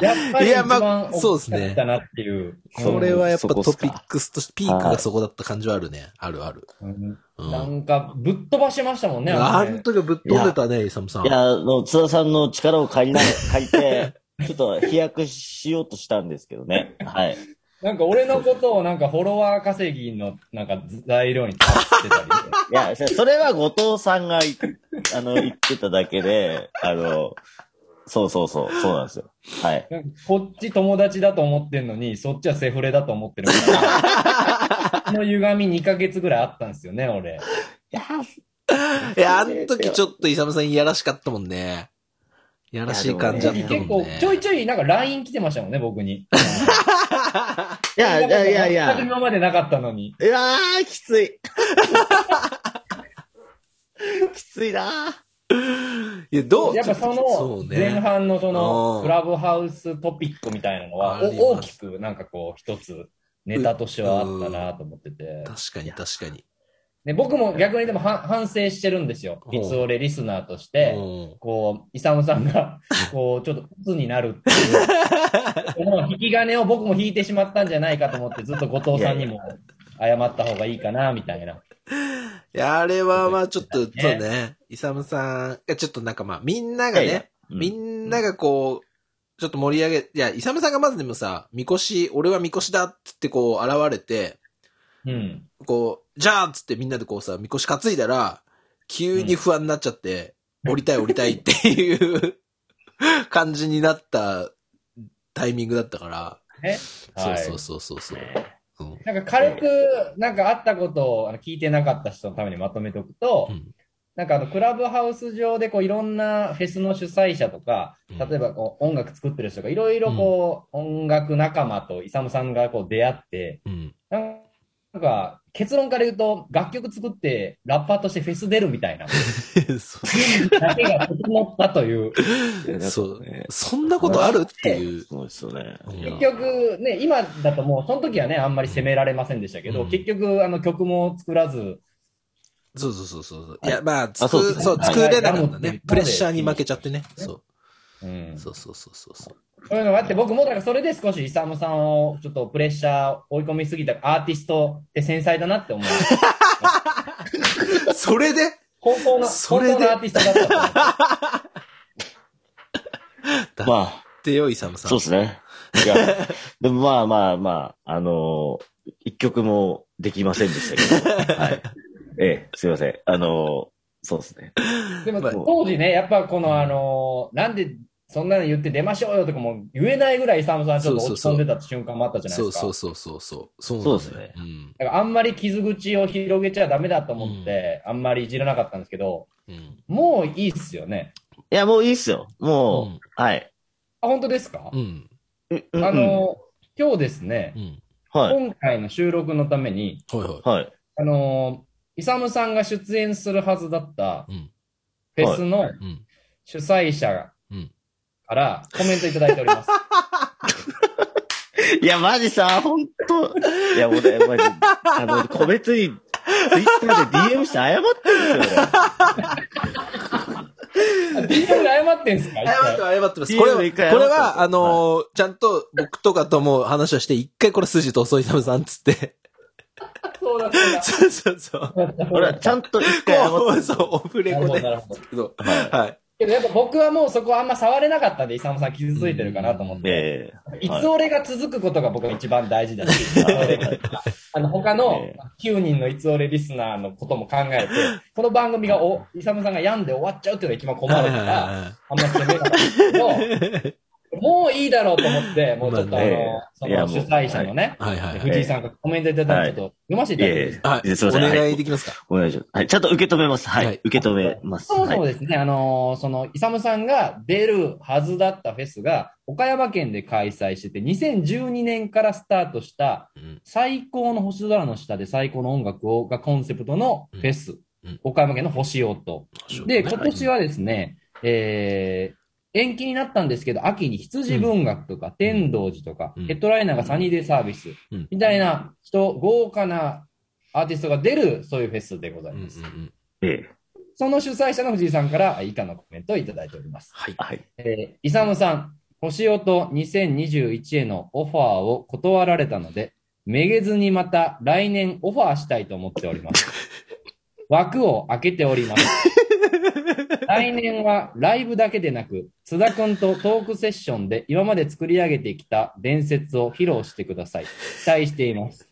[SPEAKER 3] やっぱり
[SPEAKER 1] いや
[SPEAKER 3] 一
[SPEAKER 1] まあ
[SPEAKER 3] 番
[SPEAKER 1] そう
[SPEAKER 3] 大
[SPEAKER 1] です
[SPEAKER 3] き
[SPEAKER 1] ね
[SPEAKER 3] かったなっていう、
[SPEAKER 1] これはやっぱ
[SPEAKER 2] そこ
[SPEAKER 1] ト
[SPEAKER 2] っす
[SPEAKER 1] ピ
[SPEAKER 2] か
[SPEAKER 1] ックスとして、ピークがそこだった感じはあるね。あるある。
[SPEAKER 3] うん
[SPEAKER 1] うん。
[SPEAKER 3] なんかぶっ飛ばしましたもんね、
[SPEAKER 1] あ
[SPEAKER 3] のね
[SPEAKER 1] の時はぶっ飛んでたね、イサムさん。
[SPEAKER 2] いや、あの、津田さんの力
[SPEAKER 1] [LAUGHS]
[SPEAKER 2] を借りな、借りて、ちょっと飛躍しようとしたんですけどね。はい。
[SPEAKER 3] なんか俺のことをなんかフォロワー稼ぎのなんか材料に使ってたりして。
[SPEAKER 2] いや、そそれは後藤さんがい、あの、言ってただけで、あの、そうそうそう、そうなんですよ。はい。
[SPEAKER 3] こっち友達だと思ってんのに、そっちはセフレだと思ってるから。その歪み2ヶ月ぐらいあったんですよね、俺。
[SPEAKER 2] いや
[SPEAKER 1] いや、あの時ちょっとイサムさんいやらしかったもんね。いやらしい感じだった
[SPEAKER 3] 結
[SPEAKER 1] もん
[SPEAKER 3] 構
[SPEAKER 1] ね。、
[SPEAKER 3] ちょいちょいなんか LINE 来てましたもんね、僕に。
[SPEAKER 2] いやいやいやいや。
[SPEAKER 3] 全く今までなかったのに。
[SPEAKER 2] いやー、き
[SPEAKER 1] [LAUGHS]
[SPEAKER 2] つい。きついな
[SPEAKER 1] や、どう
[SPEAKER 3] やっぱその
[SPEAKER 1] そうね
[SPEAKER 3] 前半のそ
[SPEAKER 1] うん
[SPEAKER 3] のクラブハウストピックみたいなのは
[SPEAKER 1] あります
[SPEAKER 3] お大きくなんかこう一つネタとしてはあったなと思ってて。
[SPEAKER 1] 確かに確かに。
[SPEAKER 3] で僕も逆にでもは反省してるんですよ。
[SPEAKER 1] うん
[SPEAKER 3] いつ俺リスナーとして。
[SPEAKER 1] うん
[SPEAKER 3] こう、イサムさん
[SPEAKER 1] [LAUGHS]
[SPEAKER 3] が、こう、ちょっと鬱になるっていう、この引き金を僕も引いてしまったんじゃないかと思って、ずっと後藤さんにも謝った方がいいかな、みたいな。
[SPEAKER 1] いや、あれはまあちょっと、そう
[SPEAKER 3] ね
[SPEAKER 1] ね、イサムさんがちょっとなんかまあ、みんなが
[SPEAKER 2] いやいや
[SPEAKER 1] ね、
[SPEAKER 2] うん
[SPEAKER 1] みんながこう、ちょっと盛り上げ、いや、イサムさんがまずでもさ、みこし、俺はみこしだっつってこう現れて、
[SPEAKER 3] うん。
[SPEAKER 1] こう、じゃあっつってみんなでこうさ、みこし担いだら、急に不安になっちゃって、降りたい降りたいっていう感じになったタイミングだったから、
[SPEAKER 3] はい。
[SPEAKER 1] そうそうそうそう。そう
[SPEAKER 3] なんか軽く、なんかあったことをあの聞いてなかった人のためにまとめておくと、
[SPEAKER 1] うん
[SPEAKER 3] なんかあの、クラブハウス上でこういろんなフェスの主催者とか、
[SPEAKER 1] うん
[SPEAKER 3] 例えばこう音楽作ってる人がいろいろこう、音楽仲間とイサムさんがこう出会って、
[SPEAKER 1] うん。
[SPEAKER 3] なんか結論から言うと楽曲作ってラッパーとしてフェス出るみたいな、
[SPEAKER 1] うん。そ
[SPEAKER 3] だけが整ったという。
[SPEAKER 2] ー
[SPEAKER 1] そう
[SPEAKER 2] ね
[SPEAKER 1] [LAUGHS] そんなことあるっていう。
[SPEAKER 2] そうですよね。
[SPEAKER 1] うん
[SPEAKER 2] いや
[SPEAKER 3] 結局ね、今だともうその時はね、あんまり責められませんでしたけど、
[SPEAKER 1] うん
[SPEAKER 3] 結局あの曲も作らず、
[SPEAKER 1] そうそうそうそう。いや、まあ、つ
[SPEAKER 2] あそう
[SPEAKER 1] く、
[SPEAKER 2] ですね
[SPEAKER 1] そう、作れなかった
[SPEAKER 3] はいはい
[SPEAKER 1] ね。プレッシャーに負けちゃってね。そ
[SPEAKER 3] うん
[SPEAKER 1] う。そうそうそうそうそう。
[SPEAKER 3] そういうのがあって、僕もだからそれで少しイサムさんをちょっとプレッシャー追い込みすぎたアーティストって繊細だなって思う。
[SPEAKER 1] それで
[SPEAKER 3] 本当の、
[SPEAKER 1] そ
[SPEAKER 3] 本
[SPEAKER 1] れで
[SPEAKER 3] 当のアーティストだったと思う。
[SPEAKER 2] まあ、
[SPEAKER 1] ってよ、イサムさん。
[SPEAKER 2] そうですね。いや、でもまあまあまあ、あのー一曲もできませんでしたけど、はい。ええ、すいません。あのーそうですね。
[SPEAKER 3] で
[SPEAKER 1] まあ
[SPEAKER 3] も当時ね、やっぱこのあのーなんでそんなの言って出ましょうよとかも言えないぐらいイサムさんちょっと落ち込んでた瞬間もあったじゃない
[SPEAKER 1] そ
[SPEAKER 3] で
[SPEAKER 1] う
[SPEAKER 3] すか。
[SPEAKER 1] そうそうそうそう。そう
[SPEAKER 2] そうですね
[SPEAKER 1] うん。
[SPEAKER 3] だからあんまり傷口を広げちゃダメだと思って、あんまりいじらなかったんですけど、
[SPEAKER 1] うん。
[SPEAKER 3] もういいっすよね。
[SPEAKER 2] いや、もういいっすよ。もう、
[SPEAKER 1] うん
[SPEAKER 2] はい。
[SPEAKER 3] あ、本当ですか、
[SPEAKER 1] うん。
[SPEAKER 2] うんうんうん
[SPEAKER 3] あのー今日ですね
[SPEAKER 1] う、ん。
[SPEAKER 2] はい。
[SPEAKER 3] 今回の収録のために、
[SPEAKER 1] はいは
[SPEAKER 2] はい。
[SPEAKER 3] あのー、イサムさんが出演するはずだった
[SPEAKER 1] い。うん。
[SPEAKER 3] フェスの
[SPEAKER 1] うん。
[SPEAKER 3] 主催者
[SPEAKER 1] うん
[SPEAKER 3] からコメントいただいております。
[SPEAKER 2] いや、マジさ、ほんと。いや、俺、マジ、あの、個別に、ツイッターで DM して謝ってるんですよ、
[SPEAKER 3] DM が謝ってんすか
[SPEAKER 1] 謝って
[SPEAKER 3] 一
[SPEAKER 1] は謝ってます。
[SPEAKER 2] いい
[SPEAKER 1] これ
[SPEAKER 2] よ
[SPEAKER 1] は、こ
[SPEAKER 2] 一回謝って
[SPEAKER 1] れは、あのー、ちゃんと僕とかとも話をして、一回これ筋通そう、イサムさんっつって。
[SPEAKER 3] 回そうだそうだ
[SPEAKER 1] そうそうそう。
[SPEAKER 2] 俺。俺はちゃんと一回謝って
[SPEAKER 1] こ [LAUGHS]
[SPEAKER 2] るん
[SPEAKER 1] う
[SPEAKER 2] です
[SPEAKER 1] そう
[SPEAKER 2] よ。、
[SPEAKER 1] オフレ
[SPEAKER 3] な
[SPEAKER 1] コ
[SPEAKER 3] るほど、
[SPEAKER 1] で
[SPEAKER 3] な。るほど。
[SPEAKER 1] そう
[SPEAKER 2] はい
[SPEAKER 1] はい。
[SPEAKER 3] けどやっぱ僕はもうそこあんま触れなかったんで、イサムさん傷ついてるかなと思って。
[SPEAKER 2] ええ
[SPEAKER 3] いつ俺が続くことが僕は一番大事だし、あの、他の
[SPEAKER 2] え
[SPEAKER 3] 9人のいつ俺リスナーのことも考えて、この番組がお、イサムさんが病んで終わっちゃうっていうのが一番困
[SPEAKER 1] はい
[SPEAKER 3] る
[SPEAKER 1] は
[SPEAKER 3] か
[SPEAKER 1] い
[SPEAKER 3] ら、
[SPEAKER 1] は
[SPEAKER 3] あんま攻めなかったけど、もういいだろうと思って、もうちょっと
[SPEAKER 1] ま
[SPEAKER 3] あ
[SPEAKER 1] あ
[SPEAKER 3] の、
[SPEAKER 2] ね
[SPEAKER 3] そ
[SPEAKER 2] いや
[SPEAKER 3] の
[SPEAKER 2] も
[SPEAKER 3] 主
[SPEAKER 2] う
[SPEAKER 3] 催者のね、
[SPEAKER 1] い。はいはいはい。
[SPEAKER 3] 藤井さんがコメントいただいて、ちょっと読ませてい
[SPEAKER 2] い
[SPEAKER 3] ただ
[SPEAKER 2] え
[SPEAKER 3] きま
[SPEAKER 2] い。
[SPEAKER 3] す
[SPEAKER 2] え
[SPEAKER 1] はい
[SPEAKER 2] やすいません
[SPEAKER 1] お
[SPEAKER 2] は
[SPEAKER 1] 願い
[SPEAKER 2] い
[SPEAKER 1] できますか
[SPEAKER 2] お願いします。はい。ちゃんと受け止めます。はい。
[SPEAKER 1] はい
[SPEAKER 2] 受け止めます。
[SPEAKER 3] そもそも
[SPEAKER 2] はい、
[SPEAKER 3] ですね、あのーその、イサムさんが出るはずだったフェスが、岡山県で開催してて、2012年からスタートした、
[SPEAKER 1] うん
[SPEAKER 3] 最高の星空の下で最高の音楽をがコンセプトのフェス、
[SPEAKER 1] うんうん
[SPEAKER 3] 岡山県の星音。で、今年はですね、えー延期になったんですけど、秋に羊文学とか、天童寺とか、
[SPEAKER 1] うん
[SPEAKER 3] ヘッドライナーがサニーデイサービス、
[SPEAKER 1] うん
[SPEAKER 3] みたいな人、豪華なアーティストが出る、そういうフェスでござい
[SPEAKER 1] うんうんう
[SPEAKER 3] ます。
[SPEAKER 1] ん。
[SPEAKER 2] ええ
[SPEAKER 3] その主催者の藤井さんから以下のコメントをいただいております。
[SPEAKER 1] はい。
[SPEAKER 2] はい。
[SPEAKER 3] えー、イサムさん、星音2021へのオファーを断られたので、めげずにまた来年オファーしたいと思っております。枠を開けております。来年はライブだけでなく、津田くんとトークセッションで今まで作り上げてきた伝説を披露してください。期待しています。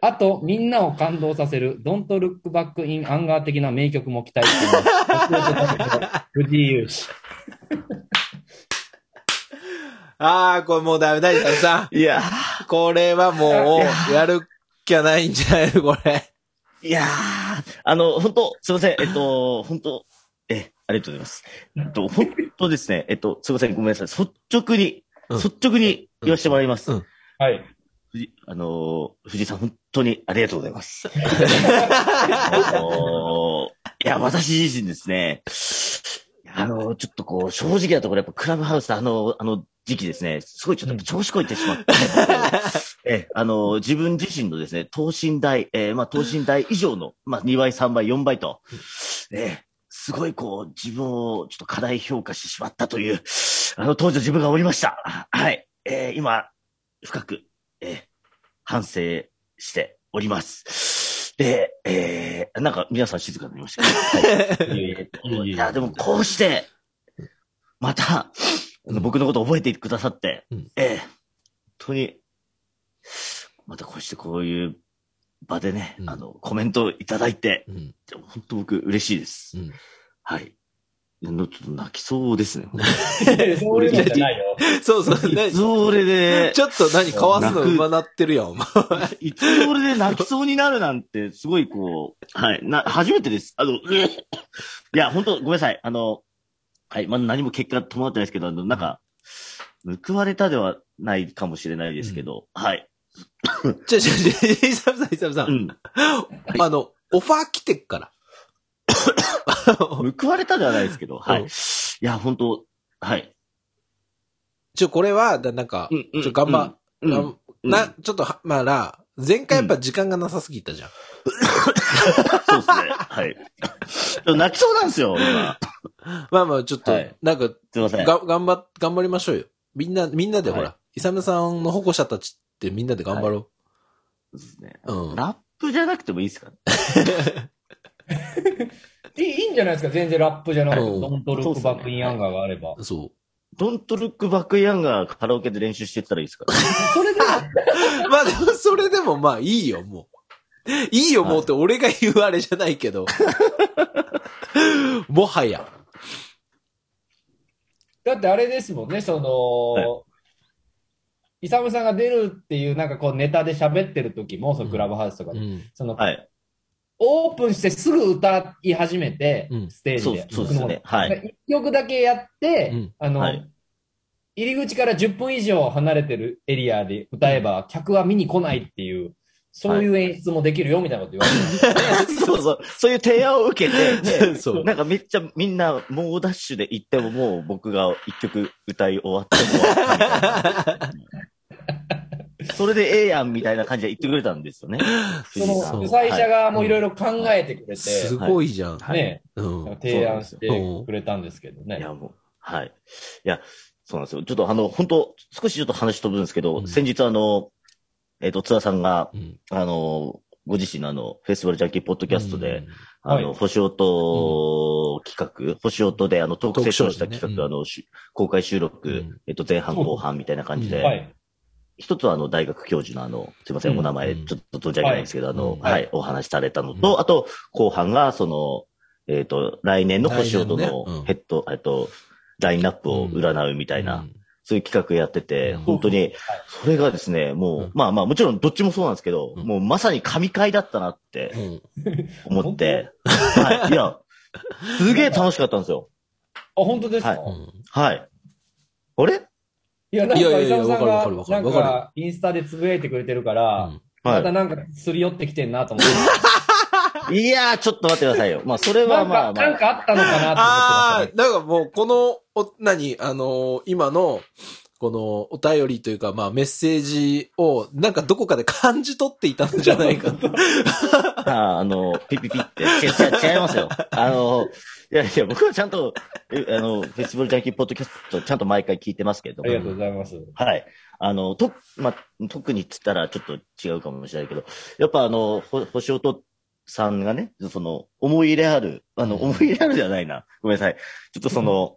[SPEAKER 3] あと、みんなを感動させる Don't Look Back in Anger 的な名曲も期待しています。星音と藤井勇士。
[SPEAKER 1] ああ、これもうダメだ、大さん。
[SPEAKER 2] いや
[SPEAKER 1] これはもう、やるきゃないんじゃないのこれ。
[SPEAKER 2] ー、いやー、あの、本当すいません、えっと、本当え、ありがとうございます。えっと、本当ですね、えっと、すいません、ごめんなさい。率直に、
[SPEAKER 1] うん
[SPEAKER 2] 率直に言わせてもらいます。
[SPEAKER 1] うん [LAUGHS]
[SPEAKER 3] はい。
[SPEAKER 2] 藤井あのー、藤井さん、本当にありがとうござい
[SPEAKER 1] [LAUGHS]
[SPEAKER 2] ます。あのーいや、私自身ですね、あのーちょっとこう、正直なところ、やっぱクラブハウス、あの、あの時期ですね、すごいちょっとやっぱ調子こいてしまって、 [LAUGHS] ええ、あのー自分自身のですね、等身大、えーまあ、等身大以上の、まあ、2倍、3倍、4倍と、ええすごいこう、自分をちょっと過大評価してしまったという、あの当時の自分がおりました。はい。えー今、深くえー反省しております。で、えーなんか皆さん静かになりましたけど、
[SPEAKER 3] いえいえいえ
[SPEAKER 2] はい、
[SPEAKER 3] いえ
[SPEAKER 2] いや、でもこうして、また、あの僕のこと覚えてくださって、
[SPEAKER 1] うん
[SPEAKER 2] えー本当に、またこうしてこういう場でね、
[SPEAKER 1] うん
[SPEAKER 2] あの、コメントをいただいて、
[SPEAKER 1] うん、
[SPEAKER 2] でも本当僕嬉しいです。
[SPEAKER 1] うん。
[SPEAKER 2] はい。のちょっと泣きそうです
[SPEAKER 1] [LAUGHS]
[SPEAKER 2] ね。
[SPEAKER 3] そういうのじゃないよ。
[SPEAKER 1] そうそう。
[SPEAKER 2] い
[SPEAKER 1] 何
[SPEAKER 2] つ俺で、
[SPEAKER 1] ちょっと何、かわすの馬なってるやん、お前。
[SPEAKER 2] [LAUGHS] いつ俺で泣きそうになるなんて、すごいこう、はい、な、初めてです。あの、 [LAUGHS] いや、本当ごめんなさい。あの、はい、まだ何も結果伴ってないですけど、あの、なんか、報われたではないかもしれないですけど、はい。
[SPEAKER 1] ちょちょちょ、イサムさん、イサムさ。
[SPEAKER 2] うんん。
[SPEAKER 1] あの、オファー来てっから。
[SPEAKER 2] 報われたではないですけど、は
[SPEAKER 1] う
[SPEAKER 2] い。
[SPEAKER 1] ん
[SPEAKER 2] いや、本当はい。
[SPEAKER 1] ちょ、これは、だなんか、
[SPEAKER 2] うんうん
[SPEAKER 1] ちょ、頑張、
[SPEAKER 2] うん
[SPEAKER 1] 頑
[SPEAKER 2] うん
[SPEAKER 1] な、ちょっとは、まあな、前回やっぱ時間がなさすぎたじゃん。
[SPEAKER 2] そうですね。はい。でも泣きそうなんですよ、今。
[SPEAKER 1] まあまあ、ちょっと
[SPEAKER 2] はい、
[SPEAKER 1] なんか、
[SPEAKER 2] すいません。
[SPEAKER 1] が、頑張っ、頑張りましょうよ。みんな、みんなでほ
[SPEAKER 2] は
[SPEAKER 1] ら、イサムさんの保護者たちってみんなで頑張ろ
[SPEAKER 2] そうですね
[SPEAKER 1] う。うん。
[SPEAKER 2] ラップじゃなくてもいいですか
[SPEAKER 3] いいいいんじゃないですか、全然ラップじゃなくて。
[SPEAKER 1] うん
[SPEAKER 3] ドントルックバックインアンガーがあれば。
[SPEAKER 1] そ
[SPEAKER 2] ドントルックバックヤンガーカラオケで練習してったらいいですか
[SPEAKER 3] それでも、
[SPEAKER 1] う。 [LAUGHS] まあでも、それでもまあいいよ、もう。いいよ、もうって俺が言うあれじゃないけ [LAUGHS] ど。もはや。
[SPEAKER 3] だってあれですもんね、その、イサムさんが出るっていう、なんかこうネタで喋ってる時も、そのクラブハウスとか
[SPEAKER 1] う
[SPEAKER 3] で、
[SPEAKER 1] ん。
[SPEAKER 3] その、
[SPEAKER 2] はい。
[SPEAKER 3] オープンしてすぐ歌い始めて、
[SPEAKER 1] うん
[SPEAKER 3] ステー
[SPEAKER 2] そ
[SPEAKER 3] ジ
[SPEAKER 2] う
[SPEAKER 3] で。
[SPEAKER 2] そうですね。はい。
[SPEAKER 3] 1曲だけやって、
[SPEAKER 1] [LAUGHS] うん
[SPEAKER 3] あの、
[SPEAKER 2] はい
[SPEAKER 3] 入り口から10分以上離れてるエリアで歌えば、客は見に来ないっていう、そういう演出もできるよみたいなこと言われて、
[SPEAKER 2] そうそう。そういう提案を受けて、
[SPEAKER 1] そう
[SPEAKER 2] なんかめっちゃみんな猛ダッシュで行ってももう僕が一曲歌い終わっても終わ
[SPEAKER 1] [LAUGHS]
[SPEAKER 2] ったみたいなそれでええやんみたいな感じで言ってくれたんですよね。
[SPEAKER 3] その
[SPEAKER 1] そう
[SPEAKER 3] 主催者
[SPEAKER 2] が、
[SPEAKER 3] 側もいろいろ考えてくれ
[SPEAKER 1] す
[SPEAKER 3] て、
[SPEAKER 1] ごいじゃん。
[SPEAKER 2] はい
[SPEAKER 3] ね、
[SPEAKER 1] うん。
[SPEAKER 3] 提案してくれたんですけど
[SPEAKER 2] はいい
[SPEAKER 3] ね
[SPEAKER 2] や。もう、はい。いや、そうなんですよ。ちょっとあの、本当少しちょっと話飛ぶんですけど、
[SPEAKER 1] うん
[SPEAKER 2] 先日あの、えっ、と、津田さんが、
[SPEAKER 1] うん。
[SPEAKER 2] あの、ご自身のあの、フェスティバルジャンキーポッドキャストで、
[SPEAKER 1] うん。
[SPEAKER 2] あ
[SPEAKER 3] は
[SPEAKER 2] の、
[SPEAKER 3] い
[SPEAKER 2] 星音企画、星音であの、トークセッションした
[SPEAKER 1] トークショーですね
[SPEAKER 2] 企画、
[SPEAKER 1] うん
[SPEAKER 2] あの、し公開収録、
[SPEAKER 1] うん
[SPEAKER 2] えっと、前半後半みたいな感じで、
[SPEAKER 1] うん
[SPEAKER 3] はい。
[SPEAKER 2] 一つはあの、大学教授のあの、すいません、
[SPEAKER 3] うん
[SPEAKER 2] お名前、
[SPEAKER 1] うん
[SPEAKER 2] ちょっと存じ上げないんですけど、あの、
[SPEAKER 1] うん
[SPEAKER 2] はい、
[SPEAKER 3] はい
[SPEAKER 2] お話しされたの
[SPEAKER 1] う
[SPEAKER 2] と、
[SPEAKER 1] ん
[SPEAKER 2] あと、後半が、その、えっ、と、来年の星音
[SPEAKER 1] 来年ねう
[SPEAKER 2] の
[SPEAKER 1] ん
[SPEAKER 2] ヘッド、えっと、ラインナップを占うみたいな、そういう企画やってて、
[SPEAKER 1] うん
[SPEAKER 2] 本当に、それがですね、もう、
[SPEAKER 1] うん
[SPEAKER 2] まあまあ、もちろんどっちもそうなんですけど、
[SPEAKER 1] うん
[SPEAKER 2] もうまさに神回だったなって
[SPEAKER 1] うん。うん。
[SPEAKER 2] 思って、はい、いや、すげえ楽しかったんですよ。
[SPEAKER 3] あ、本当ですか、
[SPEAKER 2] はい
[SPEAKER 1] うん
[SPEAKER 2] はい。あれ
[SPEAKER 3] いや、なん
[SPEAKER 1] いや
[SPEAKER 3] か、
[SPEAKER 1] いや
[SPEAKER 3] イ
[SPEAKER 1] いや
[SPEAKER 3] サムさん
[SPEAKER 1] わ
[SPEAKER 3] が
[SPEAKER 1] かるわ、か
[SPEAKER 3] な
[SPEAKER 1] る
[SPEAKER 3] ん
[SPEAKER 1] わかる
[SPEAKER 3] か、インスタでつぶやいてくれてるから、また
[SPEAKER 2] は
[SPEAKER 3] なんか、すり寄ってきてんなと思って、
[SPEAKER 2] い。いやー、ちょっと待ってくださいよ。まあ、それ
[SPEAKER 3] な
[SPEAKER 2] は
[SPEAKER 3] ん
[SPEAKER 2] まあ
[SPEAKER 3] か、
[SPEAKER 2] ま
[SPEAKER 3] なん
[SPEAKER 2] あ。
[SPEAKER 3] かあったのかな
[SPEAKER 1] あ
[SPEAKER 3] と
[SPEAKER 1] あ、なんかもう、この、お、何、あのー今の、このお便りというか、まあメッセージを、なんかどこかで感じ取っていたんじゃないかと。
[SPEAKER 2] あーあの、ピピピって。違う、違う違いますよ。あの、いやいや、僕はちゃんと、えあの、フェスティバルジャンキーポッドキャスト、ちゃんと毎回聞いてますけれど
[SPEAKER 3] 思ってましたあ
[SPEAKER 2] も
[SPEAKER 3] り。がとうございます。
[SPEAKER 2] はい。あの、と、まあ、特にっつったらちょっと違うかもしれないけど、やっぱあの、ほ星音さんがね、その、思い入れある、あの、
[SPEAKER 1] うん
[SPEAKER 2] 思い入れあるじゃないな。ごめんなさい。ちょっとその、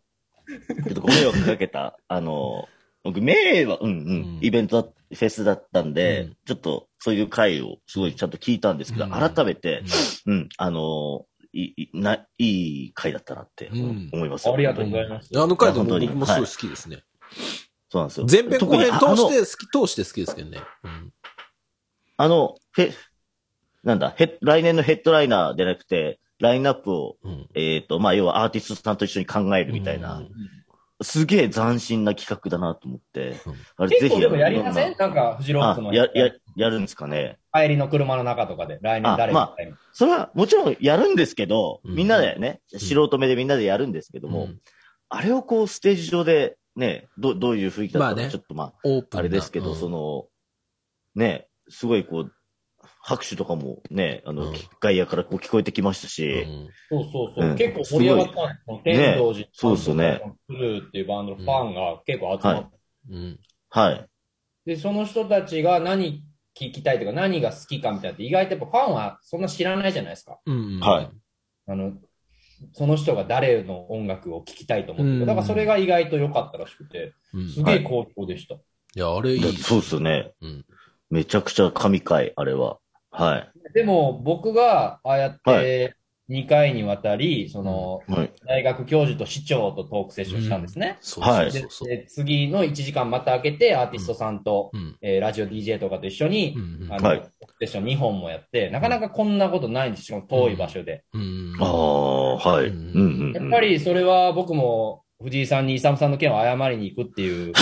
[SPEAKER 2] ちょっとご迷惑かけた、あの、僕、迷惑、うんうん
[SPEAKER 1] うん、
[SPEAKER 2] イベントだ、フェスだったんで、
[SPEAKER 1] うん
[SPEAKER 2] ちょっとそういう回をすごいちゃんと聞いたんですけど、
[SPEAKER 1] うん
[SPEAKER 2] 改めて、うん、あの、いい、な、いい回だったなって
[SPEAKER 1] うん
[SPEAKER 2] 思いますよ、
[SPEAKER 3] ありがとうございます。
[SPEAKER 1] あの回でも
[SPEAKER 2] 本当に
[SPEAKER 1] 僕もすごい好きですね。
[SPEAKER 2] そうなんですよ。
[SPEAKER 1] 前編後編
[SPEAKER 2] 特にあ
[SPEAKER 1] 通して好き、通して好きですけどね。うん
[SPEAKER 2] あの、あのへ、なんだ、へ、来年のヘッドライナーじゃなくて、ラインナップを、
[SPEAKER 1] うん。
[SPEAKER 2] えっ、と、まあ、要はアーティストさんと一緒に考えるみたいな、
[SPEAKER 1] うん
[SPEAKER 2] すげえ斬新な企画だなと思って、
[SPEAKER 1] うん
[SPEAKER 2] あれ
[SPEAKER 3] 結構でもやりませ
[SPEAKER 2] あ
[SPEAKER 3] ん
[SPEAKER 2] の
[SPEAKER 3] なんか、フジロックの
[SPEAKER 2] あや、や、やるんですかね。
[SPEAKER 3] 帰りの車の中とかで、来年誰
[SPEAKER 2] あ
[SPEAKER 3] がみたいな
[SPEAKER 2] それはもちろんやるんですけど、
[SPEAKER 1] うん
[SPEAKER 2] みんなでね、素人目でみんなでやるんですけども、
[SPEAKER 1] うん
[SPEAKER 2] あれをこうステージ上でね、どどういう雰囲気だったのか、
[SPEAKER 1] まあね
[SPEAKER 2] ちょっとま
[SPEAKER 1] オープンな
[SPEAKER 2] あ、あれですけど、
[SPEAKER 1] うん
[SPEAKER 2] その、ね、すごいこう、拍手とかもね、あの、
[SPEAKER 1] うん
[SPEAKER 2] 外野からこう聞こえてきました
[SPEAKER 1] う
[SPEAKER 2] し、
[SPEAKER 1] ん
[SPEAKER 3] そうそうそう。
[SPEAKER 2] うん
[SPEAKER 3] 結構盛り上がったんですよ。天童寺。
[SPEAKER 2] そうっすよね。
[SPEAKER 3] ブルーっていうバンドのファンが結構集ま
[SPEAKER 2] は
[SPEAKER 3] っ
[SPEAKER 2] い
[SPEAKER 3] て。
[SPEAKER 1] うん。
[SPEAKER 2] はい。
[SPEAKER 3] で、その人たちが何聞きたいとか何が好きかみたいなって、意外とやっぱファンはそんな知らないじゃないですか。
[SPEAKER 1] うん。
[SPEAKER 2] はい
[SPEAKER 3] あの、その人が誰の音楽を聴きたいと思って
[SPEAKER 1] うん
[SPEAKER 3] る。だからそれが意外と良かったらしくて、
[SPEAKER 1] うん。
[SPEAKER 3] す
[SPEAKER 1] い
[SPEAKER 3] げえ好評でした。
[SPEAKER 1] や、あれいい。
[SPEAKER 2] いやそうですすよね。
[SPEAKER 1] うん。
[SPEAKER 2] めちゃくちゃ神回、あれは。はい。
[SPEAKER 3] でも僕がああやっ
[SPEAKER 2] は
[SPEAKER 3] て2回にわたり、その、
[SPEAKER 2] はい。
[SPEAKER 3] 大学教授と市長とトークセッションしたんですね。
[SPEAKER 1] そうそう
[SPEAKER 3] で
[SPEAKER 1] そうそう。
[SPEAKER 3] で次の1時間また開けて、アーティストさんと、
[SPEAKER 1] うん。
[SPEAKER 3] えーラジオ DJ とかと一緒に
[SPEAKER 1] う、ん。
[SPEAKER 3] あの、
[SPEAKER 2] はい
[SPEAKER 3] トークセッション2本もやって、なかなかこんなことないんですしかも遠い場所で。
[SPEAKER 1] うん。
[SPEAKER 2] ああ、はい。
[SPEAKER 1] う
[SPEAKER 2] うんんうんうん。
[SPEAKER 3] やっぱりそれは僕も藤井さんにイサムさんの件を謝りに行くっていう、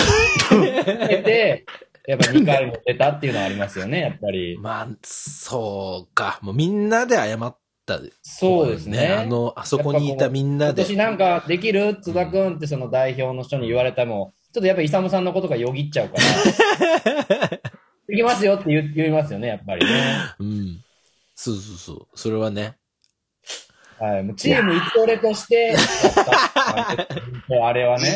[SPEAKER 3] で、やっぱ2回も出たっていうのはありますよね、やっぱり。
[SPEAKER 1] まあ、そうか。もうみんなで謝った。
[SPEAKER 3] そうですね。
[SPEAKER 1] あの、あそこにいたみんな
[SPEAKER 3] 今
[SPEAKER 1] で。
[SPEAKER 3] 年なんかできる津田くんってその代表の人に言われたも、ちょっとやっぱイサムさんのことがよぎっちゃうから、できますよって言う言いますよね、やっぱりね。
[SPEAKER 1] うん。そうそうそう。それはね。
[SPEAKER 3] はい、もうチーム一俺として、やったあれはね。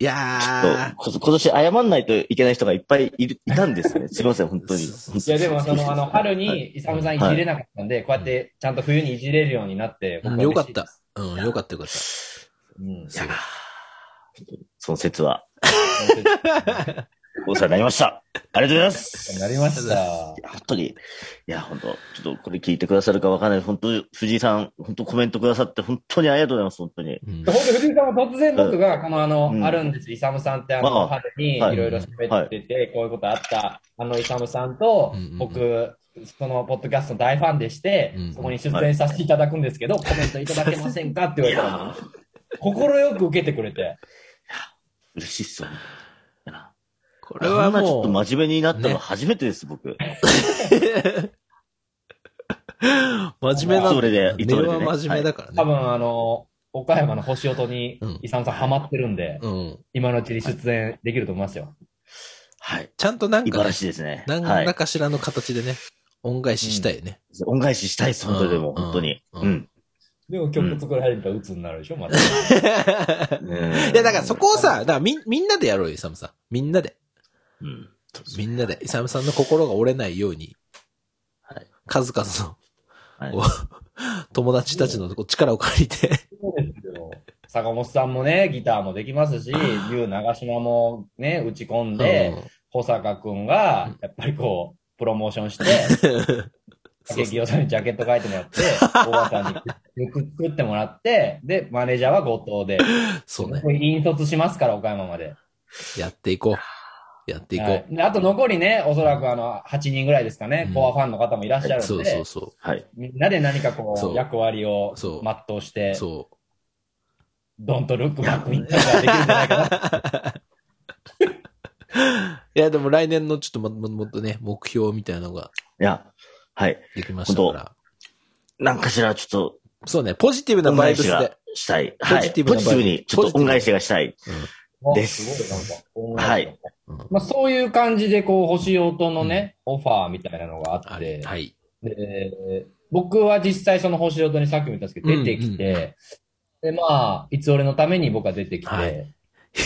[SPEAKER 1] いや
[SPEAKER 2] そうこ今年謝んないといけない人がいっぱいいるいたんですね。すいません、本当に。
[SPEAKER 3] いや、でも、
[SPEAKER 1] [LAUGHS]
[SPEAKER 3] その、あの、春
[SPEAKER 2] はい
[SPEAKER 3] に、イサムさんいじれなかったんで、こうやって、ちゃんと冬にいじれるようになって、
[SPEAKER 1] ー、う
[SPEAKER 3] 僕
[SPEAKER 1] ん
[SPEAKER 3] は
[SPEAKER 1] よ
[SPEAKER 3] 嬉
[SPEAKER 1] か
[SPEAKER 3] し
[SPEAKER 1] っ
[SPEAKER 3] いで
[SPEAKER 1] た
[SPEAKER 3] す。。
[SPEAKER 1] うん、よかったよかった。
[SPEAKER 3] うん。
[SPEAKER 1] そう
[SPEAKER 2] その説は、
[SPEAKER 3] そういうこ
[SPEAKER 2] お世話になりました。ありがとうございます。
[SPEAKER 3] とになりまし
[SPEAKER 1] [LAUGHS]
[SPEAKER 3] た
[SPEAKER 2] い。や、本当に。いや、本当ちょっとこれ聞いてくださるかわかんない。本当に藤井さん、本当コメントくださって、本当にありがとうございます、本当に。
[SPEAKER 1] うん
[SPEAKER 3] で本当、藤井さんは突然僕が、この、あの、
[SPEAKER 2] うん
[SPEAKER 3] あるんです、イサムさんって、あ
[SPEAKER 2] あ
[SPEAKER 3] の、
[SPEAKER 2] あ
[SPEAKER 3] 春にい
[SPEAKER 2] はい
[SPEAKER 3] ろいろ喋ってて、こういうことあった、あの、イサムさんと
[SPEAKER 1] うんうんうん、
[SPEAKER 3] 僕、その、ポッドキャストの大ファンでして
[SPEAKER 1] うん、
[SPEAKER 3] そこに出演させていただくんですけど、コメントいただけませんかって言われた
[SPEAKER 1] [LAUGHS]
[SPEAKER 3] のね。快く受けてくれて。
[SPEAKER 2] 嬉しいっすよ。本当にいや
[SPEAKER 1] こ
[SPEAKER 2] これ
[SPEAKER 1] れは
[SPEAKER 2] はもう。ちょっと
[SPEAKER 1] もう、
[SPEAKER 2] 真面目になった
[SPEAKER 1] ね
[SPEAKER 2] の初めてです、僕。
[SPEAKER 1] 真面目な。
[SPEAKER 2] それで
[SPEAKER 1] 根は真面目だからね。
[SPEAKER 3] 多分あの、岡山の星音に
[SPEAKER 1] うん、
[SPEAKER 3] イサムさんハマってるんで、
[SPEAKER 1] うん。
[SPEAKER 3] 今のうちに出演できると思いますよ。
[SPEAKER 2] はい。
[SPEAKER 1] ちゃんとなんか
[SPEAKER 2] 茨
[SPEAKER 1] ね、
[SPEAKER 2] しいですね。
[SPEAKER 1] 何
[SPEAKER 2] はい
[SPEAKER 1] ら。かしらの形でね、恩返ししたい
[SPEAKER 2] [LAUGHS]
[SPEAKER 1] ね。
[SPEAKER 2] 恩返ししたいです、本当にでも、
[SPEAKER 1] うん
[SPEAKER 2] 本当に。
[SPEAKER 1] うん
[SPEAKER 2] うん。
[SPEAKER 3] でも曲作られたら鬱になるでしょ、また。
[SPEAKER 1] いや、だからそこをさ、だからみん、みんなでやろうよ、イサムさん。みんなで。
[SPEAKER 2] うん。
[SPEAKER 1] みんなで。イサムさんの心が折れないように、
[SPEAKER 2] はい
[SPEAKER 1] 数々
[SPEAKER 2] はい
[SPEAKER 1] の、こう友達たちのこう力を借りて。
[SPEAKER 3] そうですけど坂本さんもね、ギターもできますし、竜長島もね、打ち込んで、保坂くんが、やっぱりこう、プロモーションして、
[SPEAKER 1] うん
[SPEAKER 3] 竹清さんにジャケット書いてもらって、大川さんに曲作ってもらって、で、マネージャーは後藤で、
[SPEAKER 1] そうね
[SPEAKER 3] こ。れ引率しますから、岡山まで。
[SPEAKER 1] やっていこう。やっていこう。
[SPEAKER 3] はいであと残りね、おそらくあの、8人ぐらいですかね、
[SPEAKER 1] うん
[SPEAKER 3] コアファンの方もいらっしゃる
[SPEAKER 1] そ
[SPEAKER 3] の
[SPEAKER 1] うそ
[SPEAKER 3] で
[SPEAKER 1] う、そ
[SPEAKER 2] はい。
[SPEAKER 3] みんなで何かこ
[SPEAKER 1] そう
[SPEAKER 3] う、役割を
[SPEAKER 1] そう
[SPEAKER 3] 全うし
[SPEAKER 1] う。
[SPEAKER 3] て、
[SPEAKER 1] そ
[SPEAKER 3] ドンとルックバックみたいなのができるんじゃないか
[SPEAKER 2] [LAUGHS]
[SPEAKER 3] な。
[SPEAKER 1] う。いや、でも来年のちょっともももっとね、目標みたいなのが
[SPEAKER 2] いや、はい。
[SPEAKER 1] できましたから。
[SPEAKER 2] なんかしら、ちょっと、
[SPEAKER 1] そうね、ポジティブな
[SPEAKER 2] 恩
[SPEAKER 1] バイブ
[SPEAKER 2] 返
[SPEAKER 1] ス
[SPEAKER 2] しが
[SPEAKER 1] で。
[SPEAKER 2] したい。はい。
[SPEAKER 1] ポジテ
[SPEAKER 2] ポジテ
[SPEAKER 1] ィブな
[SPEAKER 2] ィブに、ちょっと恩返しがし
[SPEAKER 1] [LAUGHS]
[SPEAKER 2] たい。
[SPEAKER 3] お
[SPEAKER 2] です
[SPEAKER 3] すごい、なんか、
[SPEAKER 2] はい
[SPEAKER 1] うん
[SPEAKER 3] まあ、そういう感じで、こう、星音のね、オファーみたいなのがあ
[SPEAKER 1] あ
[SPEAKER 3] って、
[SPEAKER 1] はい。
[SPEAKER 3] で僕は実際その星音にさっきも言ったんですけど、出てきて、で、まあ、いつ俺のために僕は出てき
[SPEAKER 1] は
[SPEAKER 3] て、
[SPEAKER 1] い
[SPEAKER 3] 気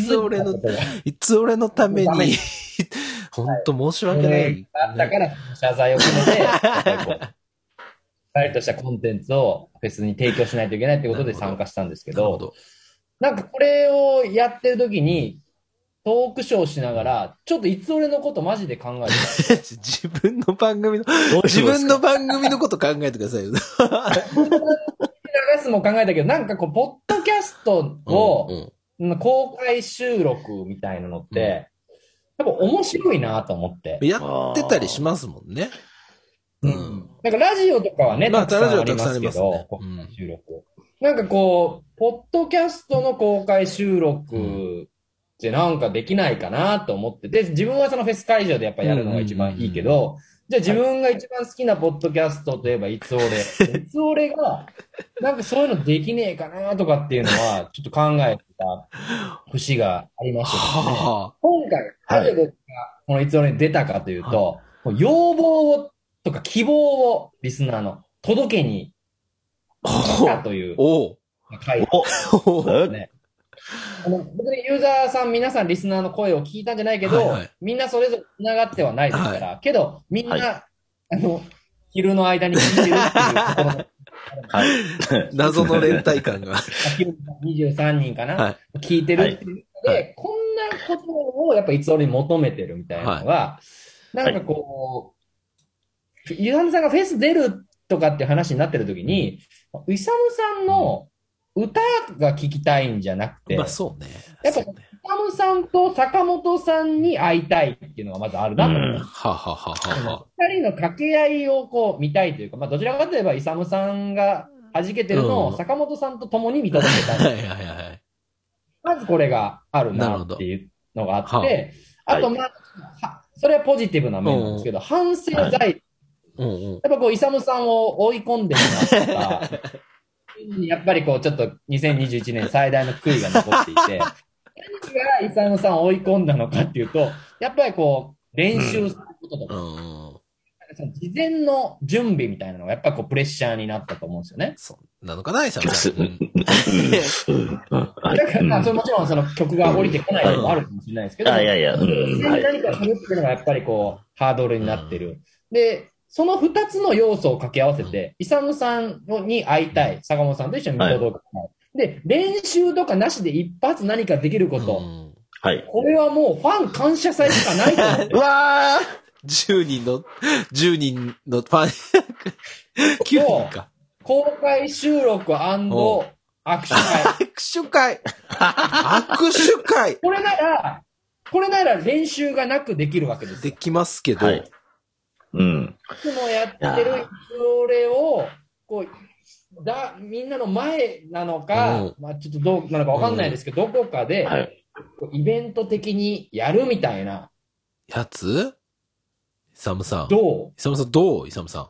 [SPEAKER 1] つ
[SPEAKER 3] づ
[SPEAKER 1] 俺
[SPEAKER 3] いた
[SPEAKER 1] の
[SPEAKER 3] こ、とが
[SPEAKER 1] いつ俺のため
[SPEAKER 3] ため
[SPEAKER 1] に
[SPEAKER 3] に、
[SPEAKER 1] [LAUGHS] 本当申し
[SPEAKER 3] そ
[SPEAKER 1] 訳ない。
[SPEAKER 3] れがあったから、謝罪を込めて、 [LAUGHS] やっぱりこう、しっかりとしたコンテンツをフェスに提供しないといけないってことで参加したんですけ
[SPEAKER 1] なるほ
[SPEAKER 3] ど、
[SPEAKER 1] ど。
[SPEAKER 3] なんかこれをやってる時に、トークショーしながら、ちょっといつ俺のことマジで考えて [LAUGHS] た。
[SPEAKER 1] [LAUGHS] 自分の番組の、
[SPEAKER 2] どう
[SPEAKER 1] 自
[SPEAKER 2] しよう
[SPEAKER 1] 分の番組のこと考えてくださいよ。
[SPEAKER 3] 流すも考えたけど、なんかこう、ポッドキャスト
[SPEAKER 1] う
[SPEAKER 3] を、
[SPEAKER 1] ん
[SPEAKER 3] 公開収録みたいなのって、やっぱ面白いなと思って
[SPEAKER 1] うん。やってたりしますもんね。うん。
[SPEAKER 3] なんかラジオとかはね、
[SPEAKER 1] まあ
[SPEAKER 3] たくさん
[SPEAKER 1] ラ
[SPEAKER 3] あ
[SPEAKER 1] ジオ
[SPEAKER 3] り
[SPEAKER 1] たく
[SPEAKER 3] ま
[SPEAKER 1] さんあ
[SPEAKER 3] す
[SPEAKER 1] り
[SPEAKER 3] け
[SPEAKER 1] ます
[SPEAKER 3] ど、
[SPEAKER 1] ね
[SPEAKER 3] 公開収録。なんかこう、ポッドキャストの公開収録ってなんかできないかなと思って、で、自分はそのフェス会場でやっぱやるのが一番いいけど、じゃあ自分が一番好きなポッドキャストといえば、いつ俺。いつ俺が、なんかそういうのできねえかなとかっていうのは、ちょっと考えてた節がありましたね。
[SPEAKER 1] は
[SPEAKER 3] 今回、なぜ僕がこのいつ俺に出たかというと、もう要望をとか希望をリスナーの届けに
[SPEAKER 1] あ。
[SPEAKER 3] 来た
[SPEAKER 1] はあ
[SPEAKER 3] という
[SPEAKER 1] おう
[SPEAKER 3] 回
[SPEAKER 2] お
[SPEAKER 1] おう。
[SPEAKER 2] え
[SPEAKER 3] ね。あの別にユーザーさん、皆さん、リスナーの声を聞いたんじゃないけど、
[SPEAKER 1] はいはい
[SPEAKER 3] みんなそれぞれ繋がってはないですから、けど、みんな、
[SPEAKER 2] はい
[SPEAKER 3] あの、昼の間に聞いてるっていうところの
[SPEAKER 2] はい。
[SPEAKER 1] 謎の連帯感が。
[SPEAKER 3] 昼の23人かな、
[SPEAKER 1] は
[SPEAKER 3] 聞いてるっていうので、
[SPEAKER 2] はいは
[SPEAKER 3] こんなことをやっぱいつ俺に求めてるみたいなのが、なんかこう、ゆうはみさんがフェス出るとかっていう話になってる時に、いさむさんの歌が聞きたいんじゃなくて、
[SPEAKER 1] い。
[SPEAKER 3] い
[SPEAKER 1] まあ [LAUGHS] そうね。
[SPEAKER 3] やっぱ
[SPEAKER 1] そうね
[SPEAKER 3] さむさんと坂本さんに会いたいっていうのがまずあるなと思う
[SPEAKER 2] うん
[SPEAKER 1] はあはあはあはあは
[SPEAKER 3] 二人の掛け合いをこう見たいというか、まあ、どちらかといえば、イサムさんが弾けてるの
[SPEAKER 1] うん
[SPEAKER 3] を坂本さんと共に見届け
[SPEAKER 1] あ。
[SPEAKER 3] た
[SPEAKER 1] は
[SPEAKER 3] い。
[SPEAKER 1] いはいはいはい。
[SPEAKER 3] まずこれがある
[SPEAKER 1] なる
[SPEAKER 3] な
[SPEAKER 1] ほど
[SPEAKER 3] っていうのがあっ
[SPEAKER 1] は
[SPEAKER 3] て、あと、まあ、はそれはポジティブな面なんですけど、反省罪、やっ
[SPEAKER 1] うんうん。
[SPEAKER 3] ぱこう、イサムさんを追い込んでるなとか、やっぱりこう、ちょっと2021年最大の悔いが残っていて、
[SPEAKER 2] [LAUGHS]
[SPEAKER 3] 何がイサムさんを追い込んだのかっていうと、やっぱりこう、練習することと
[SPEAKER 1] う
[SPEAKER 3] か、
[SPEAKER 1] んうん。
[SPEAKER 3] その事前の準備みたいなのが、やっぱこう、プレッシャーになったと思うんですよね。
[SPEAKER 1] そう。なのかな、イサムさん。
[SPEAKER 2] う
[SPEAKER 1] うん
[SPEAKER 2] うんうんはい
[SPEAKER 3] だから、まあ
[SPEAKER 2] うん
[SPEAKER 3] それもちろんその曲が降りてこないのもあるかもしれないですけど、
[SPEAKER 2] あいやいや、う
[SPEAKER 3] 事
[SPEAKER 2] ん。
[SPEAKER 3] 前
[SPEAKER 2] は
[SPEAKER 3] に
[SPEAKER 2] い。
[SPEAKER 3] 何かするっていうのがやっぱりこう、ハードルになってる。で、その2つの要素を掛け合わせて、イサムさんに会いたい、坂本さんと一緒に見届けたい。で、練習とかなしで一発何かできる [LAUGHS] こと、
[SPEAKER 1] うん
[SPEAKER 2] はい。
[SPEAKER 3] これはもうファン感謝祭しかないと思って
[SPEAKER 2] [LAUGHS] うわー
[SPEAKER 1] 10人の、10人のファン、9人か。
[SPEAKER 3] 公開収録
[SPEAKER 1] お
[SPEAKER 3] 握手
[SPEAKER 1] 握手会
[SPEAKER 3] 会。
[SPEAKER 1] 握手会
[SPEAKER 3] これなら、これなら練習がなくできるわけです
[SPEAKER 1] で
[SPEAKER 3] よ。
[SPEAKER 1] きますけど、
[SPEAKER 2] はいうん。
[SPEAKER 3] いつもやって
[SPEAKER 2] い
[SPEAKER 3] る
[SPEAKER 2] やー
[SPEAKER 3] それを、こう、だ、みんなの前なのか、
[SPEAKER 1] うん
[SPEAKER 3] まあちょっとどうなのかわかんないですけど、どこかで、
[SPEAKER 2] はい。
[SPEAKER 3] こうイベント的にやるみたいな、
[SPEAKER 1] やつイサムさん。イ
[SPEAKER 3] ど
[SPEAKER 1] サムさんどうイサムさん。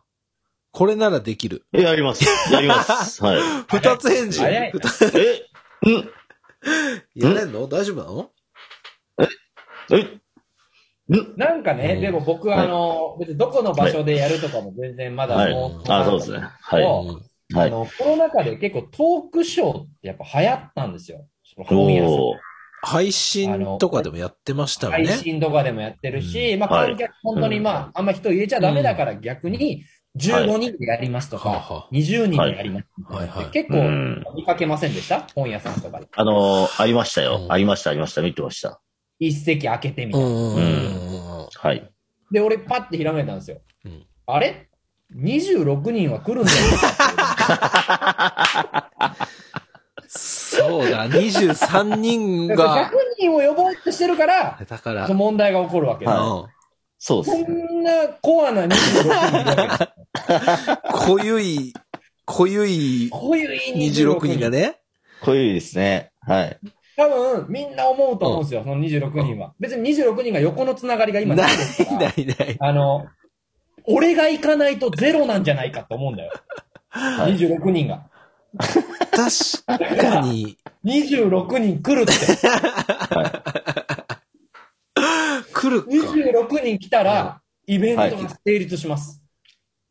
[SPEAKER 1] これならできる。
[SPEAKER 2] えやります。やります。はい。
[SPEAKER 1] 二つ返事。
[SPEAKER 3] 早い
[SPEAKER 1] 二つ
[SPEAKER 2] えうん
[SPEAKER 1] やれんの大丈夫なの
[SPEAKER 2] えうん
[SPEAKER 3] うなんかね、
[SPEAKER 1] うん
[SPEAKER 3] でも僕はあの、別にどこの場所でやるとかも全然まだ
[SPEAKER 2] はい
[SPEAKER 3] もう。
[SPEAKER 2] あ、そうですね。は
[SPEAKER 1] うん
[SPEAKER 2] い。は
[SPEAKER 3] あ
[SPEAKER 2] い。
[SPEAKER 3] の、コロナ禍で結構トークショーってやっぱ流行ったんですよ。その本屋さん
[SPEAKER 2] おー
[SPEAKER 1] 配信とかでもやってましたよ
[SPEAKER 3] 配
[SPEAKER 1] ね。
[SPEAKER 3] 信とかでもやってるし、まあ
[SPEAKER 2] はい
[SPEAKER 3] 観客、本当にまあ、あんま人入れちゃダメだから逆に15人でやりますとか、
[SPEAKER 1] はいは
[SPEAKER 3] 20人でやりますとか、
[SPEAKER 1] はいはいはい
[SPEAKER 3] 結
[SPEAKER 2] う
[SPEAKER 3] 構
[SPEAKER 2] ん
[SPEAKER 3] 見かけませんでした本屋さんとかで。
[SPEAKER 2] あのー、ありましたよ
[SPEAKER 1] う。ん
[SPEAKER 2] ありました、ありました。見てました。
[SPEAKER 3] 一席開けてみ
[SPEAKER 1] う
[SPEAKER 3] たいな。
[SPEAKER 1] んうんうんうん。
[SPEAKER 2] はい。
[SPEAKER 3] で、俺パッてひらめいたんですよ。
[SPEAKER 1] うん
[SPEAKER 3] あれ ?26 人は来るんじゃないかっていう
[SPEAKER 1] そうだ、23人
[SPEAKER 3] だから
[SPEAKER 1] [LAUGHS] が
[SPEAKER 3] 100、人を呼ぼうとしてるから、
[SPEAKER 1] だから、
[SPEAKER 3] その問題が起こるわけで。
[SPEAKER 2] はそうです
[SPEAKER 3] こ
[SPEAKER 2] ね。
[SPEAKER 3] んなコアな26人いるわけですよ。
[SPEAKER 1] うん濃ゆい、濃ゆい
[SPEAKER 3] こういう
[SPEAKER 1] 26人が
[SPEAKER 3] ね。
[SPEAKER 1] ね、
[SPEAKER 2] こういうですね。はい。
[SPEAKER 3] 多分、みんな思うと思うんですよ、その26人は。別に26人が横のつながりが今
[SPEAKER 1] ない
[SPEAKER 3] ですから
[SPEAKER 1] ないない。
[SPEAKER 3] あの、俺が行かないとゼロなんじゃないかと思うんだよ。
[SPEAKER 2] はい
[SPEAKER 3] 26人が。
[SPEAKER 1] 確かに、
[SPEAKER 3] 26人来るって。
[SPEAKER 1] 来るか。
[SPEAKER 3] 26人来たら、イベントが成立します。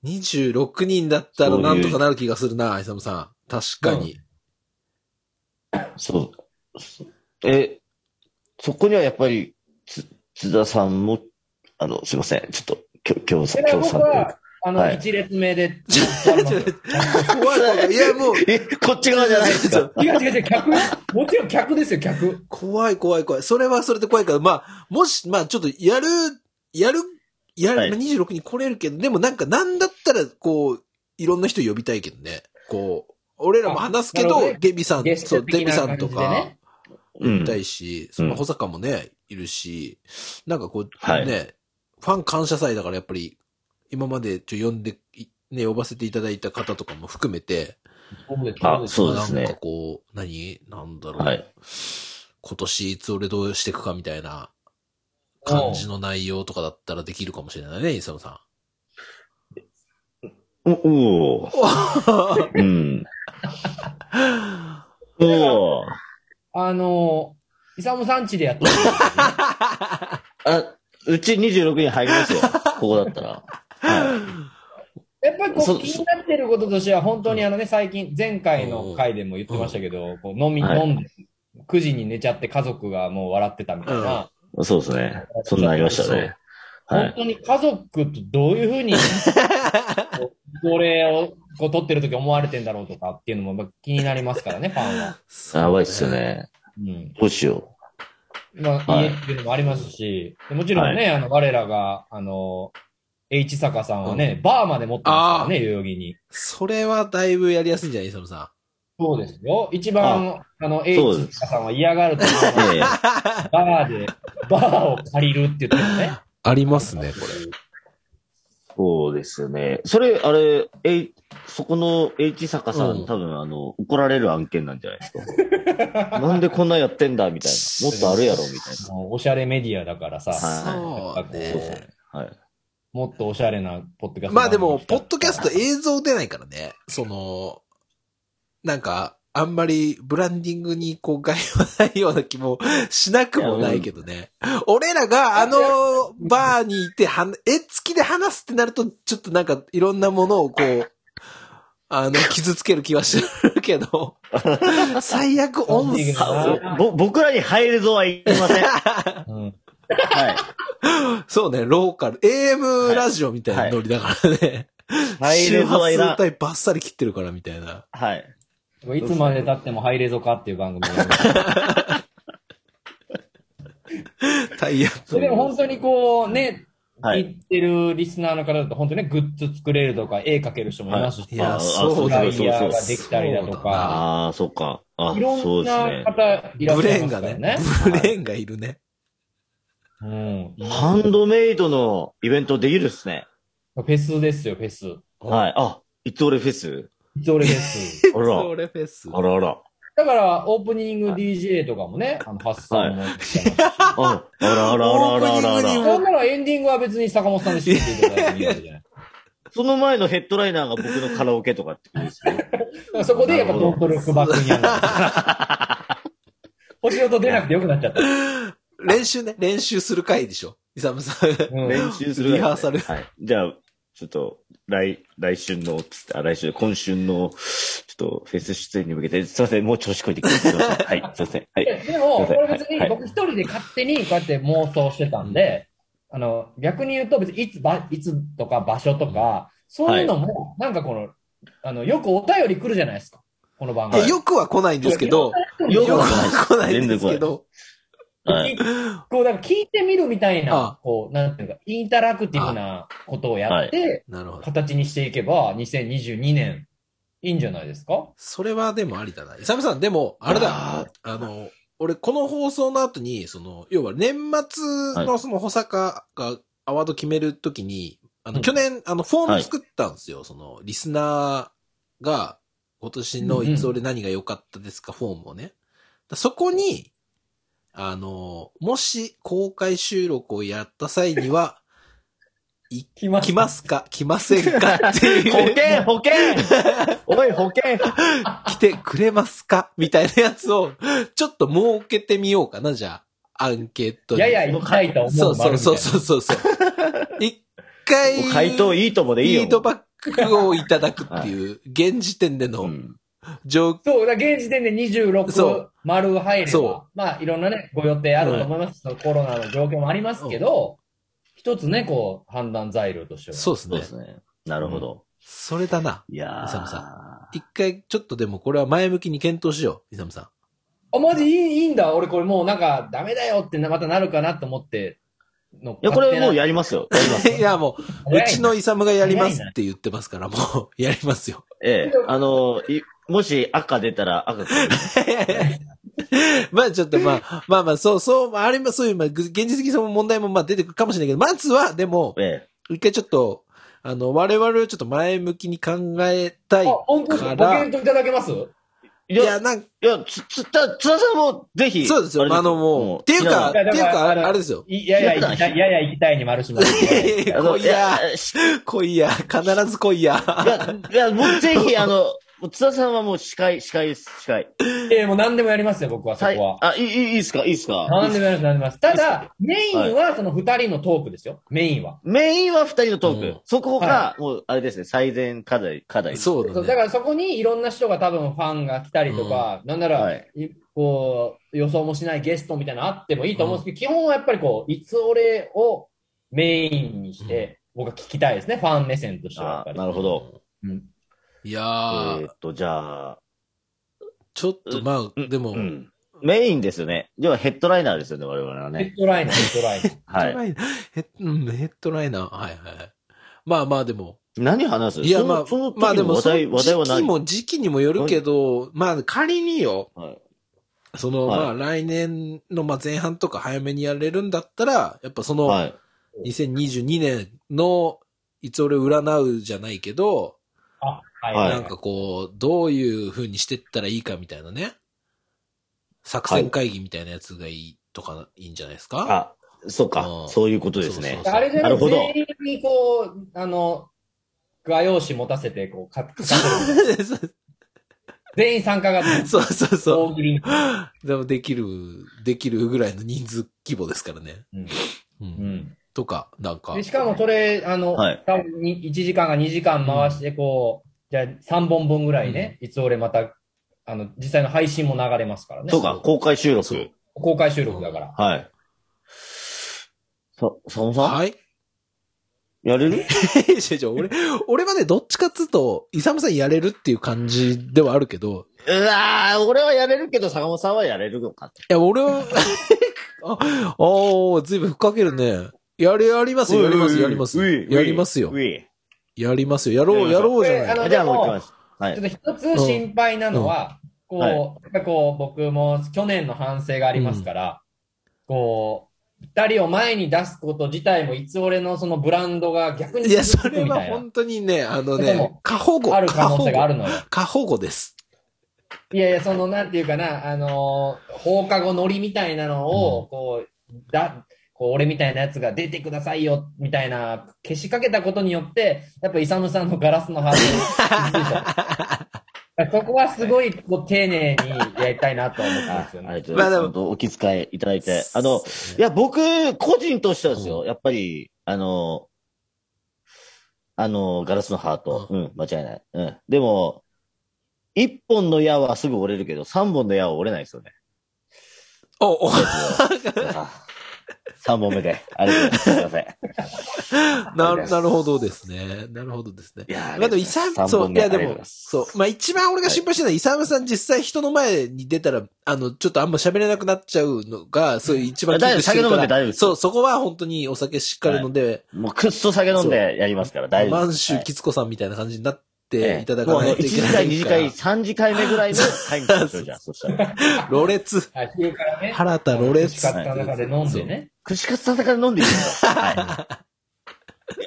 [SPEAKER 1] 26人だったらなんとかなる気がするな、イサムさん。確かに。
[SPEAKER 2] そう。そえ、そこにはやっぱり、つ、津田さんも、あの、すいません。ちょっと、きょ、きょうさ
[SPEAKER 3] そ
[SPEAKER 2] ん、き
[SPEAKER 3] れ
[SPEAKER 2] ょ
[SPEAKER 3] は
[SPEAKER 2] うさ
[SPEAKER 3] 僕
[SPEAKER 2] んという
[SPEAKER 3] は
[SPEAKER 2] か。、
[SPEAKER 3] あの、
[SPEAKER 2] はい
[SPEAKER 3] 1列目で。
[SPEAKER 1] 怖い怖い。いや、もう、
[SPEAKER 2] え、こっち側じゃないですか。
[SPEAKER 3] 違う違う違う、客よもちろん客ですよ、客。
[SPEAKER 1] 怖い怖い怖い。それはそれで怖いから、まあ、もし、まあちょっとやる、やる、やる、
[SPEAKER 2] はい
[SPEAKER 1] 26に来れるけど、でもなんかなんだったら、こう、いろんな人呼びたいけどね。こう、俺らも話すけ
[SPEAKER 3] なるほど
[SPEAKER 1] ど
[SPEAKER 3] ね、
[SPEAKER 1] デビさん、
[SPEAKER 3] ゲス
[SPEAKER 1] そ
[SPEAKER 3] ト
[SPEAKER 1] う、デ
[SPEAKER 3] 的
[SPEAKER 1] ビ
[SPEAKER 3] な
[SPEAKER 1] さ
[SPEAKER 3] 感
[SPEAKER 1] ん
[SPEAKER 3] じで
[SPEAKER 1] と
[SPEAKER 3] ね。
[SPEAKER 1] か、
[SPEAKER 2] うん
[SPEAKER 1] いたいし、その保坂もね、いるし、なんかこう、
[SPEAKER 2] はい
[SPEAKER 1] ね、ファン感謝祭だからやっぱり、今までちょ呼んで、いね、呼ばせていただいた方とかも含めて、
[SPEAKER 3] そうです
[SPEAKER 2] あそうですね
[SPEAKER 1] なんかこう、何なんだろう。
[SPEAKER 2] はい
[SPEAKER 1] 今年いつ俺どうしていくかみたいな感じの内容とかだったらできるかもしれないね、イサムさ
[SPEAKER 2] お、おー
[SPEAKER 1] ん。
[SPEAKER 2] うん。おー
[SPEAKER 3] あのー、イサムさんちでやってる。
[SPEAKER 2] あ、うち26人入ります [LAUGHS] よ。ここだったら。は
[SPEAKER 3] やっぱりこ
[SPEAKER 2] そうう
[SPEAKER 3] 気になってることとしては、本当にあのね、最近、前回の回でも言ってましたけど、こう飲み、
[SPEAKER 2] はい
[SPEAKER 3] 飲んで、9時に寝ちゃって家族がもう笑ってたみたいな、
[SPEAKER 2] い。そうですね。そんなんありましたね。は
[SPEAKER 3] 本
[SPEAKER 2] い。
[SPEAKER 3] 当に家族とどういうふうに、 [LAUGHS] こう奴隷をこう取ってる時思われてんだろうとかっていうのもまあ気になりますからね、ファンは。
[SPEAKER 1] そうね
[SPEAKER 2] やばいっすよ。ね。
[SPEAKER 3] うん。
[SPEAKER 2] どうしよ
[SPEAKER 3] まあ、
[SPEAKER 2] はい
[SPEAKER 3] 家っていうのもありますし、でもちろんね、あの、我らが、あの、H 坂さんはね、バーまで持ってますからね、代々木に。
[SPEAKER 1] それはだいぶやりやすいんじゃないイサムさ
[SPEAKER 3] そうですよ。一番、あの、H
[SPEAKER 2] そうです
[SPEAKER 3] さんは嫌がると思う
[SPEAKER 2] う。いやいや
[SPEAKER 3] バーで、バーを借りるって言ってもね。
[SPEAKER 1] [LAUGHS] [LAUGHS] ん。ありますね、こ
[SPEAKER 2] そうですよね。それ、あれ、え、そこの H 坂さん、
[SPEAKER 1] うん
[SPEAKER 2] 多分あの、怒られる案件なんじゃないですか。 [LAUGHS] なんでこんなんやってんだみたいな。もっとあるやろみ [LAUGHS] たい
[SPEAKER 3] もうおしゃれメディアだからさ、
[SPEAKER 1] は
[SPEAKER 3] なんかこう
[SPEAKER 1] いそうね
[SPEAKER 2] な。はい。
[SPEAKER 3] もっとおしゃれなポッドキャス
[SPEAKER 1] れ。
[SPEAKER 3] ト。
[SPEAKER 1] まあでも、ポッドキャスト映像出ないからね。その、なんか、あんまりブランディングにこう害はないような気もしなくもないけどね。俺らがあのバーにいてはな、絵付きで話すってなると、ちょっとなんかいろんなものをこう、あの、傷つける気はするけ [LAUGHS] ど、最悪音声
[SPEAKER 3] あ
[SPEAKER 2] あぼ僕らに入るぞは言いません。
[SPEAKER 3] うん。
[SPEAKER 2] はい。
[SPEAKER 1] [LAUGHS] そうね、ローカル。AM ラジオみたいなノリだからね。
[SPEAKER 2] 入
[SPEAKER 1] 周
[SPEAKER 2] るぞは
[SPEAKER 1] 波
[SPEAKER 2] いら
[SPEAKER 1] 数
[SPEAKER 2] ん。
[SPEAKER 1] 帯バッサリ切ってるからみたいな。
[SPEAKER 2] はい。
[SPEAKER 3] いつまで経ってもハイレゾかっていう番組を。
[SPEAKER 1] タイヤ。
[SPEAKER 3] でも本当にこうね、
[SPEAKER 2] は
[SPEAKER 3] 言
[SPEAKER 2] い。
[SPEAKER 3] ってるリスナーの方だと本当にね、グッズ作れるとか、絵描ける人もいますし、
[SPEAKER 1] い
[SPEAKER 3] フ
[SPEAKER 1] や、
[SPEAKER 2] あ
[SPEAKER 1] そう
[SPEAKER 2] あ
[SPEAKER 1] だ
[SPEAKER 3] ラ
[SPEAKER 1] よ
[SPEAKER 2] そうそ
[SPEAKER 3] イ
[SPEAKER 2] う
[SPEAKER 3] ヤーができたりだと
[SPEAKER 1] そうだな
[SPEAKER 3] か、
[SPEAKER 2] ああ、そっか。あ
[SPEAKER 3] いろ、
[SPEAKER 2] そ
[SPEAKER 3] ん
[SPEAKER 2] うですね
[SPEAKER 3] な。方いらっ
[SPEAKER 1] ブ
[SPEAKER 3] しゃ
[SPEAKER 1] レ
[SPEAKER 3] い
[SPEAKER 1] ーン
[SPEAKER 3] ますか
[SPEAKER 1] が
[SPEAKER 3] ら
[SPEAKER 1] ね
[SPEAKER 3] ね。、
[SPEAKER 1] ブレーンがいるね。
[SPEAKER 3] うん。
[SPEAKER 2] ハンドメイドのイベントできるっすね。
[SPEAKER 3] フェスですよ、フェス。
[SPEAKER 2] はい。あ、いつ俺フェス
[SPEAKER 3] いつ俺フェス。
[SPEAKER 2] あら。
[SPEAKER 1] れフェス。
[SPEAKER 2] あらあら。
[SPEAKER 3] だから、オープニング DJ とかもね、あの、発想も。
[SPEAKER 2] ああらあらあらあら
[SPEAKER 1] オープ
[SPEAKER 2] あ
[SPEAKER 1] ニングに
[SPEAKER 2] ら
[SPEAKER 1] も。
[SPEAKER 3] そんならエンディングは別に坂本さんで仕切っていただいてもいいわけじゃない。
[SPEAKER 2] その前のヘッドライナーが僕のカラオケとかってことですね。
[SPEAKER 3] だからそこでやっぱドントルックバックにやる。星音出なくてよくなっちゃった。
[SPEAKER 1] 練習ね、練習する回でしょ。イサムさん。
[SPEAKER 3] うん
[SPEAKER 2] 練習する、
[SPEAKER 1] リハーサル
[SPEAKER 2] はい。じゃあ、ちょっと、来、来春の、つってあ、来春、今春の、ちょっと、フェス出演に向けて、すいません、もう調子こいてきて、すいません。はい、すいません。はいい。
[SPEAKER 3] やでも、これ別
[SPEAKER 2] は
[SPEAKER 3] に
[SPEAKER 2] い
[SPEAKER 3] 僕一人で勝手にこうやって妄想してたんで、あの、逆に言うと別にいつば、いつとか場所とか、そういうのも、なんかこの、あの、よくお便り来るじゃないですか。この番組。
[SPEAKER 1] えよくは来ないんですけど、よ
[SPEAKER 2] よく
[SPEAKER 1] く
[SPEAKER 2] は
[SPEAKER 1] は来ないんですけど、
[SPEAKER 2] はい。
[SPEAKER 3] こう、なんか聞いてみるみたい
[SPEAKER 1] あ
[SPEAKER 3] な、こう、なんていうか、インタラクティブなことをやって、
[SPEAKER 1] なるほど。
[SPEAKER 3] 形にしていけば、2022年、いいんじゃないですか
[SPEAKER 1] それはでもありだな。イサムさん、でも、あれだ。
[SPEAKER 2] あ
[SPEAKER 1] あの、俺、この放送の後に、その、要は年末のその保坂がアワード決めるときに、あ
[SPEAKER 3] う
[SPEAKER 1] の、
[SPEAKER 3] ん
[SPEAKER 1] 去年、あの、フォーム作ったんですよ。その、リスナーが、今年のいつ俺何が良かったですか、フォームをね。だそこに、あの、もし公開収録をやった際には、 [LAUGHS]
[SPEAKER 3] 来ま
[SPEAKER 1] 来ますか来ませんかって
[SPEAKER 2] ー
[SPEAKER 1] いう。
[SPEAKER 2] [LAUGHS] 保険おい、保険
[SPEAKER 1] 来てくれますかみたいなやつを、ちょっと設けてみようかな、じゃあ。アンケートに。
[SPEAKER 3] やや行きたいと思う。
[SPEAKER 1] そうそうそう
[SPEAKER 3] う。
[SPEAKER 1] そうそうそう。一回、
[SPEAKER 2] もう回答いいともでいいよ。
[SPEAKER 1] フィードバックをいただくっていう、現時点で
[SPEAKER 2] う
[SPEAKER 1] の
[SPEAKER 2] ん
[SPEAKER 1] 状況。
[SPEAKER 3] そう、だから現時点で
[SPEAKER 1] そ
[SPEAKER 3] 26丸入れば
[SPEAKER 1] そ、
[SPEAKER 3] まあいろんなね、ご予定あると思います。そのコロナの状況もありますけど、一つね、こう、判断材料としては。
[SPEAKER 1] そうです
[SPEAKER 2] そう
[SPEAKER 1] ね
[SPEAKER 2] で。すね。なるほど。
[SPEAKER 1] それだな。
[SPEAKER 2] いやー
[SPEAKER 1] イサムさ一回、ちょっとでもこれは前向きに検討しよう、イサムさん。
[SPEAKER 3] あ、マジいいいいんだ。俺これもうなんか、ダメだよってなまたなるかなと思っての。
[SPEAKER 2] いや、これもう
[SPEAKER 3] や
[SPEAKER 2] やりますよ。やります。
[SPEAKER 1] [LAUGHS] いや、もう、うちのイサムがやりますって言ってますから、もう、やりますよ。
[SPEAKER 2] ええ。あの、いもし赤出たら赤くなる。
[SPEAKER 1] [LAUGHS] まあちょっとまあ、まあまあ、そう、そう、まああれもそういう、まあ、現実的にその問題もまあ出てくるかもしれないけど、まずは、でも、
[SPEAKER 2] え
[SPEAKER 1] 一回ちょっと、あの、我々をちょっと前向きに考えた
[SPEAKER 3] あ、
[SPEAKER 1] い。
[SPEAKER 3] 本当ですかご検討いただけます
[SPEAKER 2] え。
[SPEAKER 1] い
[SPEAKER 2] い
[SPEAKER 1] や、
[SPEAKER 2] や、
[SPEAKER 1] なんか、
[SPEAKER 2] いや、つ、つ、た、津田さんもぜひ。
[SPEAKER 1] そうですよ。
[SPEAKER 2] れ
[SPEAKER 1] あのもう、っていうか、っ
[SPEAKER 2] い
[SPEAKER 1] て
[SPEAKER 3] やだから
[SPEAKER 1] いうか、あれ
[SPEAKER 3] あの
[SPEAKER 1] あれですよ。
[SPEAKER 3] いやや行きたい、やや行きたいに丸します。 [LAUGHS]
[SPEAKER 2] やあ
[SPEAKER 1] 来
[SPEAKER 2] の
[SPEAKER 1] い
[SPEAKER 2] い
[SPEAKER 1] や
[SPEAKER 2] や、、し
[SPEAKER 1] 来いや、必ず来いや。
[SPEAKER 2] いや、いや、もうぜひ、あの、もう津田さんはもう司会、司会です、司会。
[SPEAKER 3] えー、もう何でもやりますよ、僕はそ
[SPEAKER 2] はい
[SPEAKER 3] こは。。
[SPEAKER 2] あ、いい、いいいいっすか、いいっすか。
[SPEAKER 3] 何でもやります、何でもやります。ただ、メインはその二人のトークですよ、メインは。
[SPEAKER 2] メインは二人のトーク。
[SPEAKER 1] うん
[SPEAKER 2] そこが、もう、あれですね、最善課題、課題。
[SPEAKER 1] [LAUGHS]
[SPEAKER 2] う。
[SPEAKER 1] そう
[SPEAKER 3] そ
[SPEAKER 1] だ
[SPEAKER 3] うだ
[SPEAKER 1] ね。
[SPEAKER 3] からそこにいろんな人が多分ファンが来たりとか、なんなら、
[SPEAKER 2] はい
[SPEAKER 3] いこう、予想もしないゲストみたいなのあってもいいと思うんですけど、基本はやっぱりこう、いつ俺をメインにして、僕は聞きたいですね、ファン目線としてはやっ
[SPEAKER 2] あ
[SPEAKER 3] ぱり。
[SPEAKER 2] なるほど。
[SPEAKER 3] うん
[SPEAKER 1] いや
[SPEAKER 2] え
[SPEAKER 1] ー
[SPEAKER 2] ー、っと、じゃあ、
[SPEAKER 1] ちょっとまあ、でも、
[SPEAKER 2] うん。メインですよね。要はヘッドライナーですよね、我々は
[SPEAKER 3] ヘッ
[SPEAKER 2] ね。
[SPEAKER 3] ドライナー、ヘッド [LAUGHS] ライナー。
[SPEAKER 2] はい。
[SPEAKER 1] ヘッドライナーヘッうんヘッドライナー、はいはい。まあまあでも、
[SPEAKER 2] 何話す
[SPEAKER 1] いや
[SPEAKER 2] その
[SPEAKER 1] まあ
[SPEAKER 2] その、時
[SPEAKER 1] まあで
[SPEAKER 2] の
[SPEAKER 1] も、
[SPEAKER 2] 話題、話題は
[SPEAKER 1] 時期
[SPEAKER 2] 何
[SPEAKER 1] も時期にもよるけど、まあ仮によ、
[SPEAKER 2] はい
[SPEAKER 1] その、
[SPEAKER 2] はい
[SPEAKER 1] まあ来年のまあ前半とか早めにやれるんだったら、やっぱその
[SPEAKER 2] はい。
[SPEAKER 1] 2022年のいつ俺占うじゃないけど、
[SPEAKER 3] あ、はい。
[SPEAKER 2] はい
[SPEAKER 1] なんかこう、どういう風にしてったらいいかみたいなね。作戦会議みたいなやつがいいとか、いいんじゃないです [LAUGHS] か
[SPEAKER 2] あ、そう
[SPEAKER 1] う
[SPEAKER 2] か。
[SPEAKER 1] ん
[SPEAKER 2] そういうことです
[SPEAKER 1] そう
[SPEAKER 2] ね
[SPEAKER 1] そう。
[SPEAKER 3] あれじゃな
[SPEAKER 2] ないるほど
[SPEAKER 3] 全員にこう、あの、画用紙持たせて、こう、か
[SPEAKER 1] そう
[SPEAKER 3] 全員参加が、
[SPEAKER 1] そうそうそ
[SPEAKER 3] 大喜利に。
[SPEAKER 1] う。でもできる、できるぐらいの人数規模ですからね。
[SPEAKER 3] うん
[SPEAKER 1] う。
[SPEAKER 3] うんん
[SPEAKER 1] とか、なんか
[SPEAKER 3] で。しかもそれ、あの、
[SPEAKER 2] はい
[SPEAKER 3] 多分に1時間が2時間回して、こう、じゃあ3本分ぐらいね、いつ俺また、あの、実際の配信も流れますからね。
[SPEAKER 2] そうか、公開収
[SPEAKER 1] そう
[SPEAKER 2] 録。
[SPEAKER 3] 公開収録だから。
[SPEAKER 2] はい。さ、佐野さん
[SPEAKER 1] はい。
[SPEAKER 2] やれる
[SPEAKER 1] いやいや俺、俺はね、どっちかっつうと、イサムさんやれるっていう感じではあるけど、
[SPEAKER 2] うわー、俺はやれるけど、坂本さんはやれるのかって。
[SPEAKER 1] いや、俺 [LAUGHS] は、あ、おー、ずいぶんふっかけるね。やれ、やりますよ、やりますよ、やりますよ。やりますよ
[SPEAKER 2] う。い
[SPEAKER 1] やりますよ。やろう、や
[SPEAKER 2] やりまし
[SPEAKER 1] ろ
[SPEAKER 2] ょ
[SPEAKER 1] うじゃ
[SPEAKER 3] これあ
[SPEAKER 1] ない。
[SPEAKER 3] の
[SPEAKER 2] じゃあもう行きます。はい。
[SPEAKER 3] ちょっと一つ心配なのは、
[SPEAKER 2] ん
[SPEAKER 3] こう、やっぱこう、僕も去年の反省がありますから、こう、二人を前に出すこと自体も、いつ俺のそのブランドが逆に
[SPEAKER 1] いや、それ
[SPEAKER 3] み
[SPEAKER 1] は
[SPEAKER 3] たいな
[SPEAKER 1] 本当にね、あの
[SPEAKER 3] でも
[SPEAKER 1] ね、過保護。
[SPEAKER 3] ある可能性があるのよ。
[SPEAKER 1] 過保護。過保護です。
[SPEAKER 3] いやいや、その、なんていうかな、あのー放課後乗りみたいなのを、こう、だ、こう、俺みたいなやつが出てくださいよ、みたいな、消しかけたことによって、やっぱイサムさんのガラスのハー [LAUGHS] トそこはすごい、こう、丁寧にやりたいなと思ったんですよ
[SPEAKER 2] ありが
[SPEAKER 3] ね。
[SPEAKER 2] とうご
[SPEAKER 1] まあで
[SPEAKER 2] ざいま
[SPEAKER 1] も
[SPEAKER 2] す。本当お気遣いいただいて。あの、いや、僕、個人としてはですよ。やっぱり、あの、あの、ガラスのハート。うん、間違いない。うん。でも、一本の矢はすぐ折れるけど、三本の矢は折れないです
[SPEAKER 1] [LAUGHS]
[SPEAKER 2] よね。
[SPEAKER 1] お、お、
[SPEAKER 2] 三本目で。ありがとうございます。すいません。
[SPEAKER 1] なる、なるほどですね。なるほどですね。
[SPEAKER 2] いや。
[SPEAKER 1] まあでも、イサム、そう、いやでも、そうう、まあ一番俺が心配してるのは、イサムさん実際人の前に出たら、あの、ちょっとあんま喋れなくなっちゃうのが、そういう一番
[SPEAKER 2] あ大丈夫
[SPEAKER 1] 危惧してるから
[SPEAKER 2] 酒飲んで大丈夫です
[SPEAKER 1] そう、そこは本当にお酒しっかり飲んで、
[SPEAKER 2] もうくっそ酒飲んでやりますから、大丈夫
[SPEAKER 1] 満
[SPEAKER 2] です。
[SPEAKER 1] 州キツコさんみたいな感じになっていただか
[SPEAKER 2] もう
[SPEAKER 1] ないと
[SPEAKER 2] 1
[SPEAKER 1] いけ
[SPEAKER 2] 次
[SPEAKER 1] ないから。
[SPEAKER 2] 会、2次会、3次会目ぐらいで会議しましょ
[SPEAKER 1] [LAUGHS]
[SPEAKER 2] う、じゃあ。そしたら。
[SPEAKER 1] ろれつ。
[SPEAKER 3] はい、昼からね、
[SPEAKER 1] 原田ろれ
[SPEAKER 3] 仕
[SPEAKER 1] つ。
[SPEAKER 3] 方の中で飲んでね。
[SPEAKER 2] 串カツ田中で飲んでいいですかはい。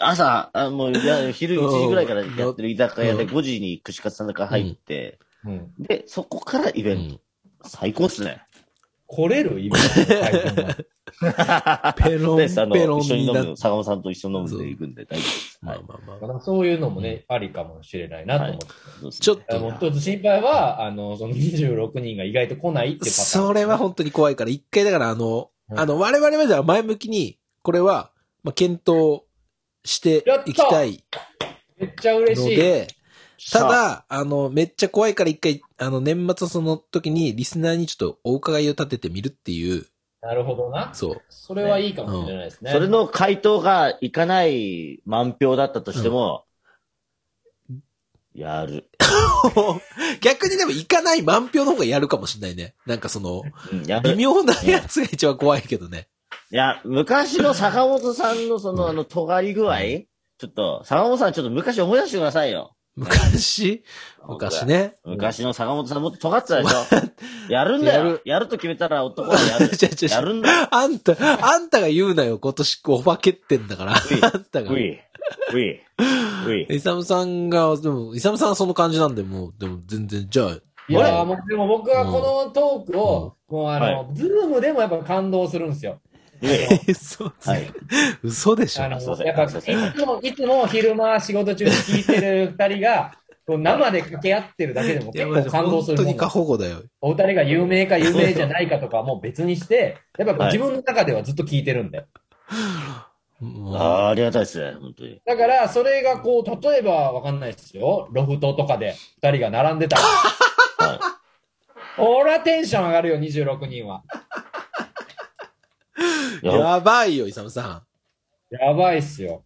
[SPEAKER 2] 朝、あもう、いや昼1時ぐらいからやってる居酒屋で
[SPEAKER 1] うん
[SPEAKER 2] 5時に串カツ田中入って、
[SPEAKER 3] うん。
[SPEAKER 2] で、そこからイ
[SPEAKER 1] う
[SPEAKER 2] ベント。
[SPEAKER 1] ん
[SPEAKER 2] 最高っすね。
[SPEAKER 3] 来れる今の会場の
[SPEAKER 1] ペロン、
[SPEAKER 2] で、あの、
[SPEAKER 1] ペロン
[SPEAKER 2] 一緒に
[SPEAKER 1] に
[SPEAKER 2] 飲
[SPEAKER 1] なって
[SPEAKER 2] む、。坂本さんと一緒に飲んでいくんで大丈夫です。
[SPEAKER 1] ま
[SPEAKER 2] は
[SPEAKER 1] あ
[SPEAKER 2] い。
[SPEAKER 1] まあまあ
[SPEAKER 3] まあそういうのもね、ありかもしれないなと思って。
[SPEAKER 2] そうですね
[SPEAKER 1] ちょっ
[SPEAKER 3] あの
[SPEAKER 1] と、
[SPEAKER 3] 一つ心配は、あの、その26人が意外と来ないってパターン。
[SPEAKER 1] それは本当に怖いから、一回だからあの、
[SPEAKER 3] うん
[SPEAKER 1] あの、我々までは前向きに、これは、まあ、検討していきたい
[SPEAKER 3] めっちゃ嬉
[SPEAKER 1] の
[SPEAKER 3] しい。
[SPEAKER 1] で、た
[SPEAKER 2] さあ、
[SPEAKER 1] だ、あの、めっちゃ怖いから一回、あの、年末のその時にリスナーにちょっとお伺いを立ててみるっていう、
[SPEAKER 3] なるほどな。
[SPEAKER 1] そう。 [LAUGHS]
[SPEAKER 3] それはいいかもしれないですね。
[SPEAKER 2] それの回答がいかない満票だったとしても、やる。
[SPEAKER 1] 逆にでも行かない満票の方がやるかもしれないね。なんかその、
[SPEAKER 2] うんや
[SPEAKER 1] 微
[SPEAKER 2] る。
[SPEAKER 1] 妙なやつが一番怖いけどね。
[SPEAKER 2] いや、昔の坂本さんのその、あの、尖り具合、ちょっと、坂本さんちょっと昔思い出してくださいよ。
[SPEAKER 1] 昔昔ね。
[SPEAKER 2] 昔の坂本さんもっと尖ってたでしょ。やるんだよ。
[SPEAKER 1] や
[SPEAKER 2] や
[SPEAKER 1] る。
[SPEAKER 2] ると決めたら男はやる
[SPEAKER 1] [LAUGHS] 違う違う違う
[SPEAKER 2] やるんだよ。
[SPEAKER 1] あんた、あんたが言うなよ、今年オファー蹴ってんだから。
[SPEAKER 2] うい
[SPEAKER 1] あんたが
[SPEAKER 2] う。い。うい。
[SPEAKER 1] [LAUGHS]
[SPEAKER 2] うい。
[SPEAKER 1] イサムさんが、でも、イサムさんはその感じなんで、もう、でも全然、じゃあ、 [LAUGHS]
[SPEAKER 3] いやーもうでも僕はこのトークを、もうあ
[SPEAKER 2] は
[SPEAKER 3] の、ズームでもやっぱ感動するんですよ。
[SPEAKER 2] うい。
[SPEAKER 1] 嘘つ、
[SPEAKER 2] はい。
[SPEAKER 1] 嘘でしょ
[SPEAKER 3] あ。の、
[SPEAKER 2] すいません
[SPEAKER 3] やっぱ、い
[SPEAKER 2] すいません
[SPEAKER 3] つも、いつも昼間仕事中に聞いてる二人が、こう生で掛け合ってるだけでも
[SPEAKER 1] い
[SPEAKER 3] 結
[SPEAKER 1] や、マ
[SPEAKER 3] 構
[SPEAKER 1] ジ
[SPEAKER 3] 感動す
[SPEAKER 1] 本
[SPEAKER 3] る
[SPEAKER 1] 当
[SPEAKER 3] もん
[SPEAKER 1] に過保護だよ。
[SPEAKER 3] お二人が有名か有名じゃないかとかはもう別にして、やっぱこう
[SPEAKER 2] はい
[SPEAKER 3] 自分の中ではずっと聞いてるんだよ。
[SPEAKER 1] もう
[SPEAKER 2] あーありがたいですね、本当に。
[SPEAKER 3] だから、それがこう、例えばわかんないですよ。ロフトとかで二人が並んで
[SPEAKER 1] [LAUGHS]
[SPEAKER 3] たら。
[SPEAKER 2] はい。
[SPEAKER 3] 俺はテンション上がるよ、26人は。
[SPEAKER 2] いや
[SPEAKER 1] やばいよ、イサムさ
[SPEAKER 3] やばいっすよ。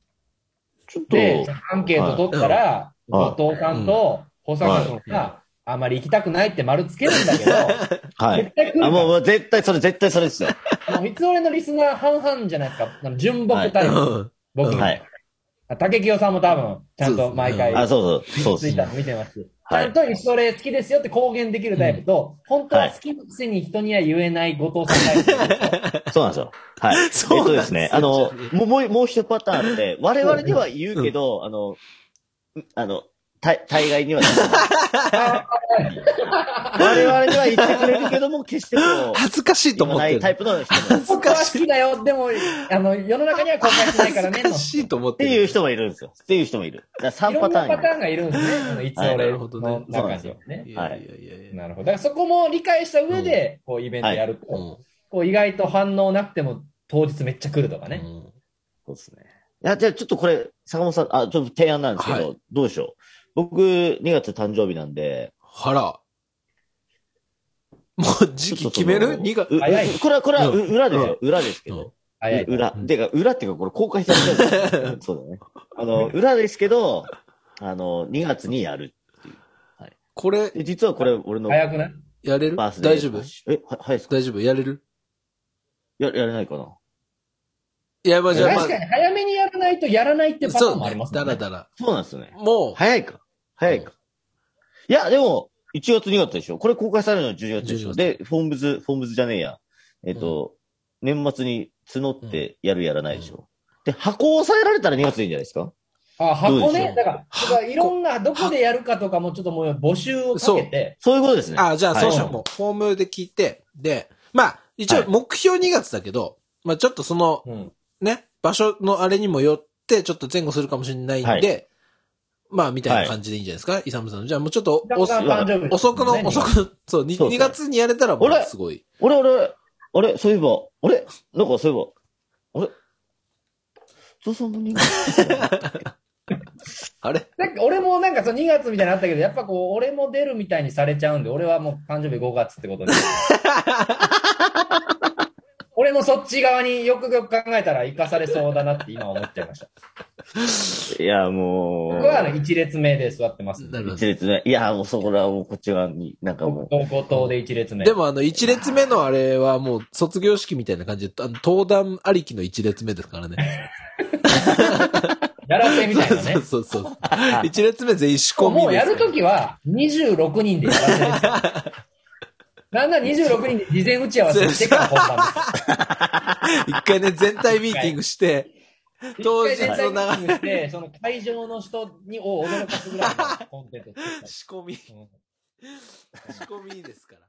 [SPEAKER 2] ちょっと、
[SPEAKER 3] で、アンケート取ったら、
[SPEAKER 2] はい
[SPEAKER 3] 後藤さんと保坂さんが、あまり行きたくないって丸つけるんだけ
[SPEAKER 2] [LAUGHS]
[SPEAKER 3] ど、
[SPEAKER 2] はい
[SPEAKER 3] 絶。対来るか
[SPEAKER 2] あ、
[SPEAKER 3] ら
[SPEAKER 2] もう、もう絶対それ、絶対それですよ。
[SPEAKER 3] もういつ俺のリスナー半々じゃないですか。あの純朴タイ
[SPEAKER 1] ん。
[SPEAKER 3] プ。
[SPEAKER 1] うん
[SPEAKER 3] 僕
[SPEAKER 1] うん
[SPEAKER 3] も。
[SPEAKER 2] はい。
[SPEAKER 3] 竹清さんも多分、ちゃんと毎回、
[SPEAKER 2] あ、そうそう、
[SPEAKER 3] ツ
[SPEAKER 2] そう
[SPEAKER 3] イッ
[SPEAKER 2] で
[SPEAKER 3] タ
[SPEAKER 2] す。
[SPEAKER 3] ーも見てます。ち
[SPEAKER 2] は
[SPEAKER 3] ゃん
[SPEAKER 2] い。
[SPEAKER 3] と一緒俺好きですよって公言できるタイプと、本当は好きのくせに人には言えない後藤さんタ
[SPEAKER 2] [LAUGHS]
[SPEAKER 3] イプ。
[SPEAKER 2] そうなんですよ。
[SPEAKER 1] [LAUGHS]
[SPEAKER 2] はい。えっ
[SPEAKER 1] そうなん
[SPEAKER 2] と
[SPEAKER 1] で
[SPEAKER 2] ですす
[SPEAKER 1] よ
[SPEAKER 2] ね、あの、もう、もう、もう一パターンで、我々には言うけど、あの、あの、大大概には、
[SPEAKER 1] [LAUGHS]
[SPEAKER 2] 我々には言ってくれるけども、
[SPEAKER 1] [LAUGHS]
[SPEAKER 2] 決してこう、
[SPEAKER 1] 恥ずかしいと
[SPEAKER 2] 言
[SPEAKER 1] 思っ
[SPEAKER 2] わな
[SPEAKER 1] て
[SPEAKER 2] い
[SPEAKER 1] る。
[SPEAKER 2] タイプの人も、っ
[SPEAKER 3] 僕は好きだよ、でも、あの、世の中には公開しない
[SPEAKER 2] [LAUGHS]
[SPEAKER 3] からね。
[SPEAKER 1] 恥ずかしいと思っててる。
[SPEAKER 2] いう人もいるんですよ。っていう人もいる。だから3
[SPEAKER 3] いろ
[SPEAKER 2] パ
[SPEAKER 3] ん
[SPEAKER 2] タ
[SPEAKER 3] なパタ
[SPEAKER 2] ー
[SPEAKER 3] ーン
[SPEAKER 2] ン
[SPEAKER 3] がいるんですねあの。いつ
[SPEAKER 2] はい
[SPEAKER 3] 俺
[SPEAKER 1] なるほどね
[SPEAKER 3] の中にはね。
[SPEAKER 1] い
[SPEAKER 2] は
[SPEAKER 1] や
[SPEAKER 2] い
[SPEAKER 1] いやいやいや。
[SPEAKER 3] なるほど。だからそこも理解した上で、こうイベントやると、
[SPEAKER 1] うん
[SPEAKER 3] こう意外と反応なくても当日めっちゃ来るとかね。
[SPEAKER 1] うん
[SPEAKER 2] そうですね。いや、じゃあちょっとこれ、坂本さん、あ、ちょっと提案なんですけど、
[SPEAKER 1] は
[SPEAKER 2] どうでしょう。僕、2月誕生日なんで、
[SPEAKER 1] あら。もう時期決める ?2 月。
[SPEAKER 2] う
[SPEAKER 3] 早い
[SPEAKER 2] これは、これは、う裏ですよ。裏ですけ
[SPEAKER 1] うん
[SPEAKER 2] ど。
[SPEAKER 3] 早いと。
[SPEAKER 2] 裏。
[SPEAKER 1] うん
[SPEAKER 2] てか、裏っていうか、これ公開されてるんですよそうだね。あの、裏ですけど、あの、2月にやる。
[SPEAKER 1] これ、
[SPEAKER 2] で実はこれ、俺の
[SPEAKER 3] 早くない
[SPEAKER 1] やれる
[SPEAKER 2] バースデー。
[SPEAKER 1] 大丈夫
[SPEAKER 2] え、は早いですか
[SPEAKER 1] 大丈夫やれる
[SPEAKER 2] ややれないかない
[SPEAKER 1] や、まあじゃあ、ま
[SPEAKER 3] 確かに早めにやらないとやらないって
[SPEAKER 1] あ、
[SPEAKER 3] パタ
[SPEAKER 1] そ
[SPEAKER 3] ーン
[SPEAKER 1] う
[SPEAKER 3] もあり
[SPEAKER 1] ね
[SPEAKER 3] ま。す
[SPEAKER 1] だ
[SPEAKER 3] もんね。
[SPEAKER 1] らだら。
[SPEAKER 2] そうなんですよね。
[SPEAKER 1] もう、
[SPEAKER 2] 早いか。早いか。いや、でも、1月2月でしょ。これ公開されるのは12月でし
[SPEAKER 1] 12
[SPEAKER 2] ょ。
[SPEAKER 1] 月
[SPEAKER 2] で、フォームズ、フォームズじゃねえや。えっ、と、年末に募ってやるやらないでしょ。で、箱を抑えられたら2月でいいんじゃないですか
[SPEAKER 3] あ、
[SPEAKER 2] ど
[SPEAKER 3] 箱
[SPEAKER 2] うでし
[SPEAKER 3] ね
[SPEAKER 2] ょ。う
[SPEAKER 3] だから、だからいろんな、どこでやるかとかもちょっともう募集をかけて、
[SPEAKER 2] そういうことですね。
[SPEAKER 1] あ、じゃあ、
[SPEAKER 2] はい
[SPEAKER 1] そうしよう。もう、フォームで聞いて、で、まあ、一
[SPEAKER 2] は
[SPEAKER 1] 応、
[SPEAKER 2] い
[SPEAKER 1] 目標2月だけど、まあ、ちょっとその、
[SPEAKER 3] うん。
[SPEAKER 1] ね、場所のあれにもよって、ちょっと前後するかもしれないんで、まあ、みたいな感じでいいんじゃないですか、イサムさんの。じゃあ、もうちょっとお、
[SPEAKER 3] だんだん誕生日
[SPEAKER 1] 遅くの、遅くの、そう、に
[SPEAKER 2] そうそ
[SPEAKER 1] 2
[SPEAKER 2] う
[SPEAKER 1] 月にやれたら、もう
[SPEAKER 2] 俺、
[SPEAKER 1] すごい。
[SPEAKER 2] 俺、俺、あれ、そういえば、あれなんかそういえば、あれゾウさんも人間
[SPEAKER 3] [LAUGHS]
[SPEAKER 1] あれ
[SPEAKER 3] なんか俺もなんかその2月みたいなのあったけど、やっぱこう、俺も出るみたいにされちゃうんで、俺はもう誕生日5月ってこ
[SPEAKER 1] [LAUGHS]
[SPEAKER 3] とで。俺もそっち側によくよく考えたら生かされそうだなって今思っちゃいました。
[SPEAKER 2] いや、もう。
[SPEAKER 3] 僕はあの1列目で座ってますんで。
[SPEAKER 1] なるほど
[SPEAKER 2] 一列目。いや、もうそこら、もうこっち側に、なんかも
[SPEAKER 3] 僕と後藤で1列目。
[SPEAKER 1] でもあの、一列目のあれはもう卒業式みたいな感じで、あの、登壇ありきの一列目ですからね。
[SPEAKER 3] やらせみたいなね。
[SPEAKER 1] そうそうそう。一列目全員仕込みです
[SPEAKER 3] もうやるときは26人でやらせですよ。
[SPEAKER 1] [LAUGHS]
[SPEAKER 3] なんなら26人で事前打ち合わせしてから本番です。
[SPEAKER 1] 一回ね、全体ミーティングして、 [LAUGHS]
[SPEAKER 3] [LAUGHS]
[SPEAKER 1] 当日
[SPEAKER 3] 一回全
[SPEAKER 1] の
[SPEAKER 3] 体
[SPEAKER 1] 流
[SPEAKER 3] ミーティングして、その会場の人にを驚かすぐらいのコンテンツを作ったり
[SPEAKER 1] 仕込み、仕込みですから。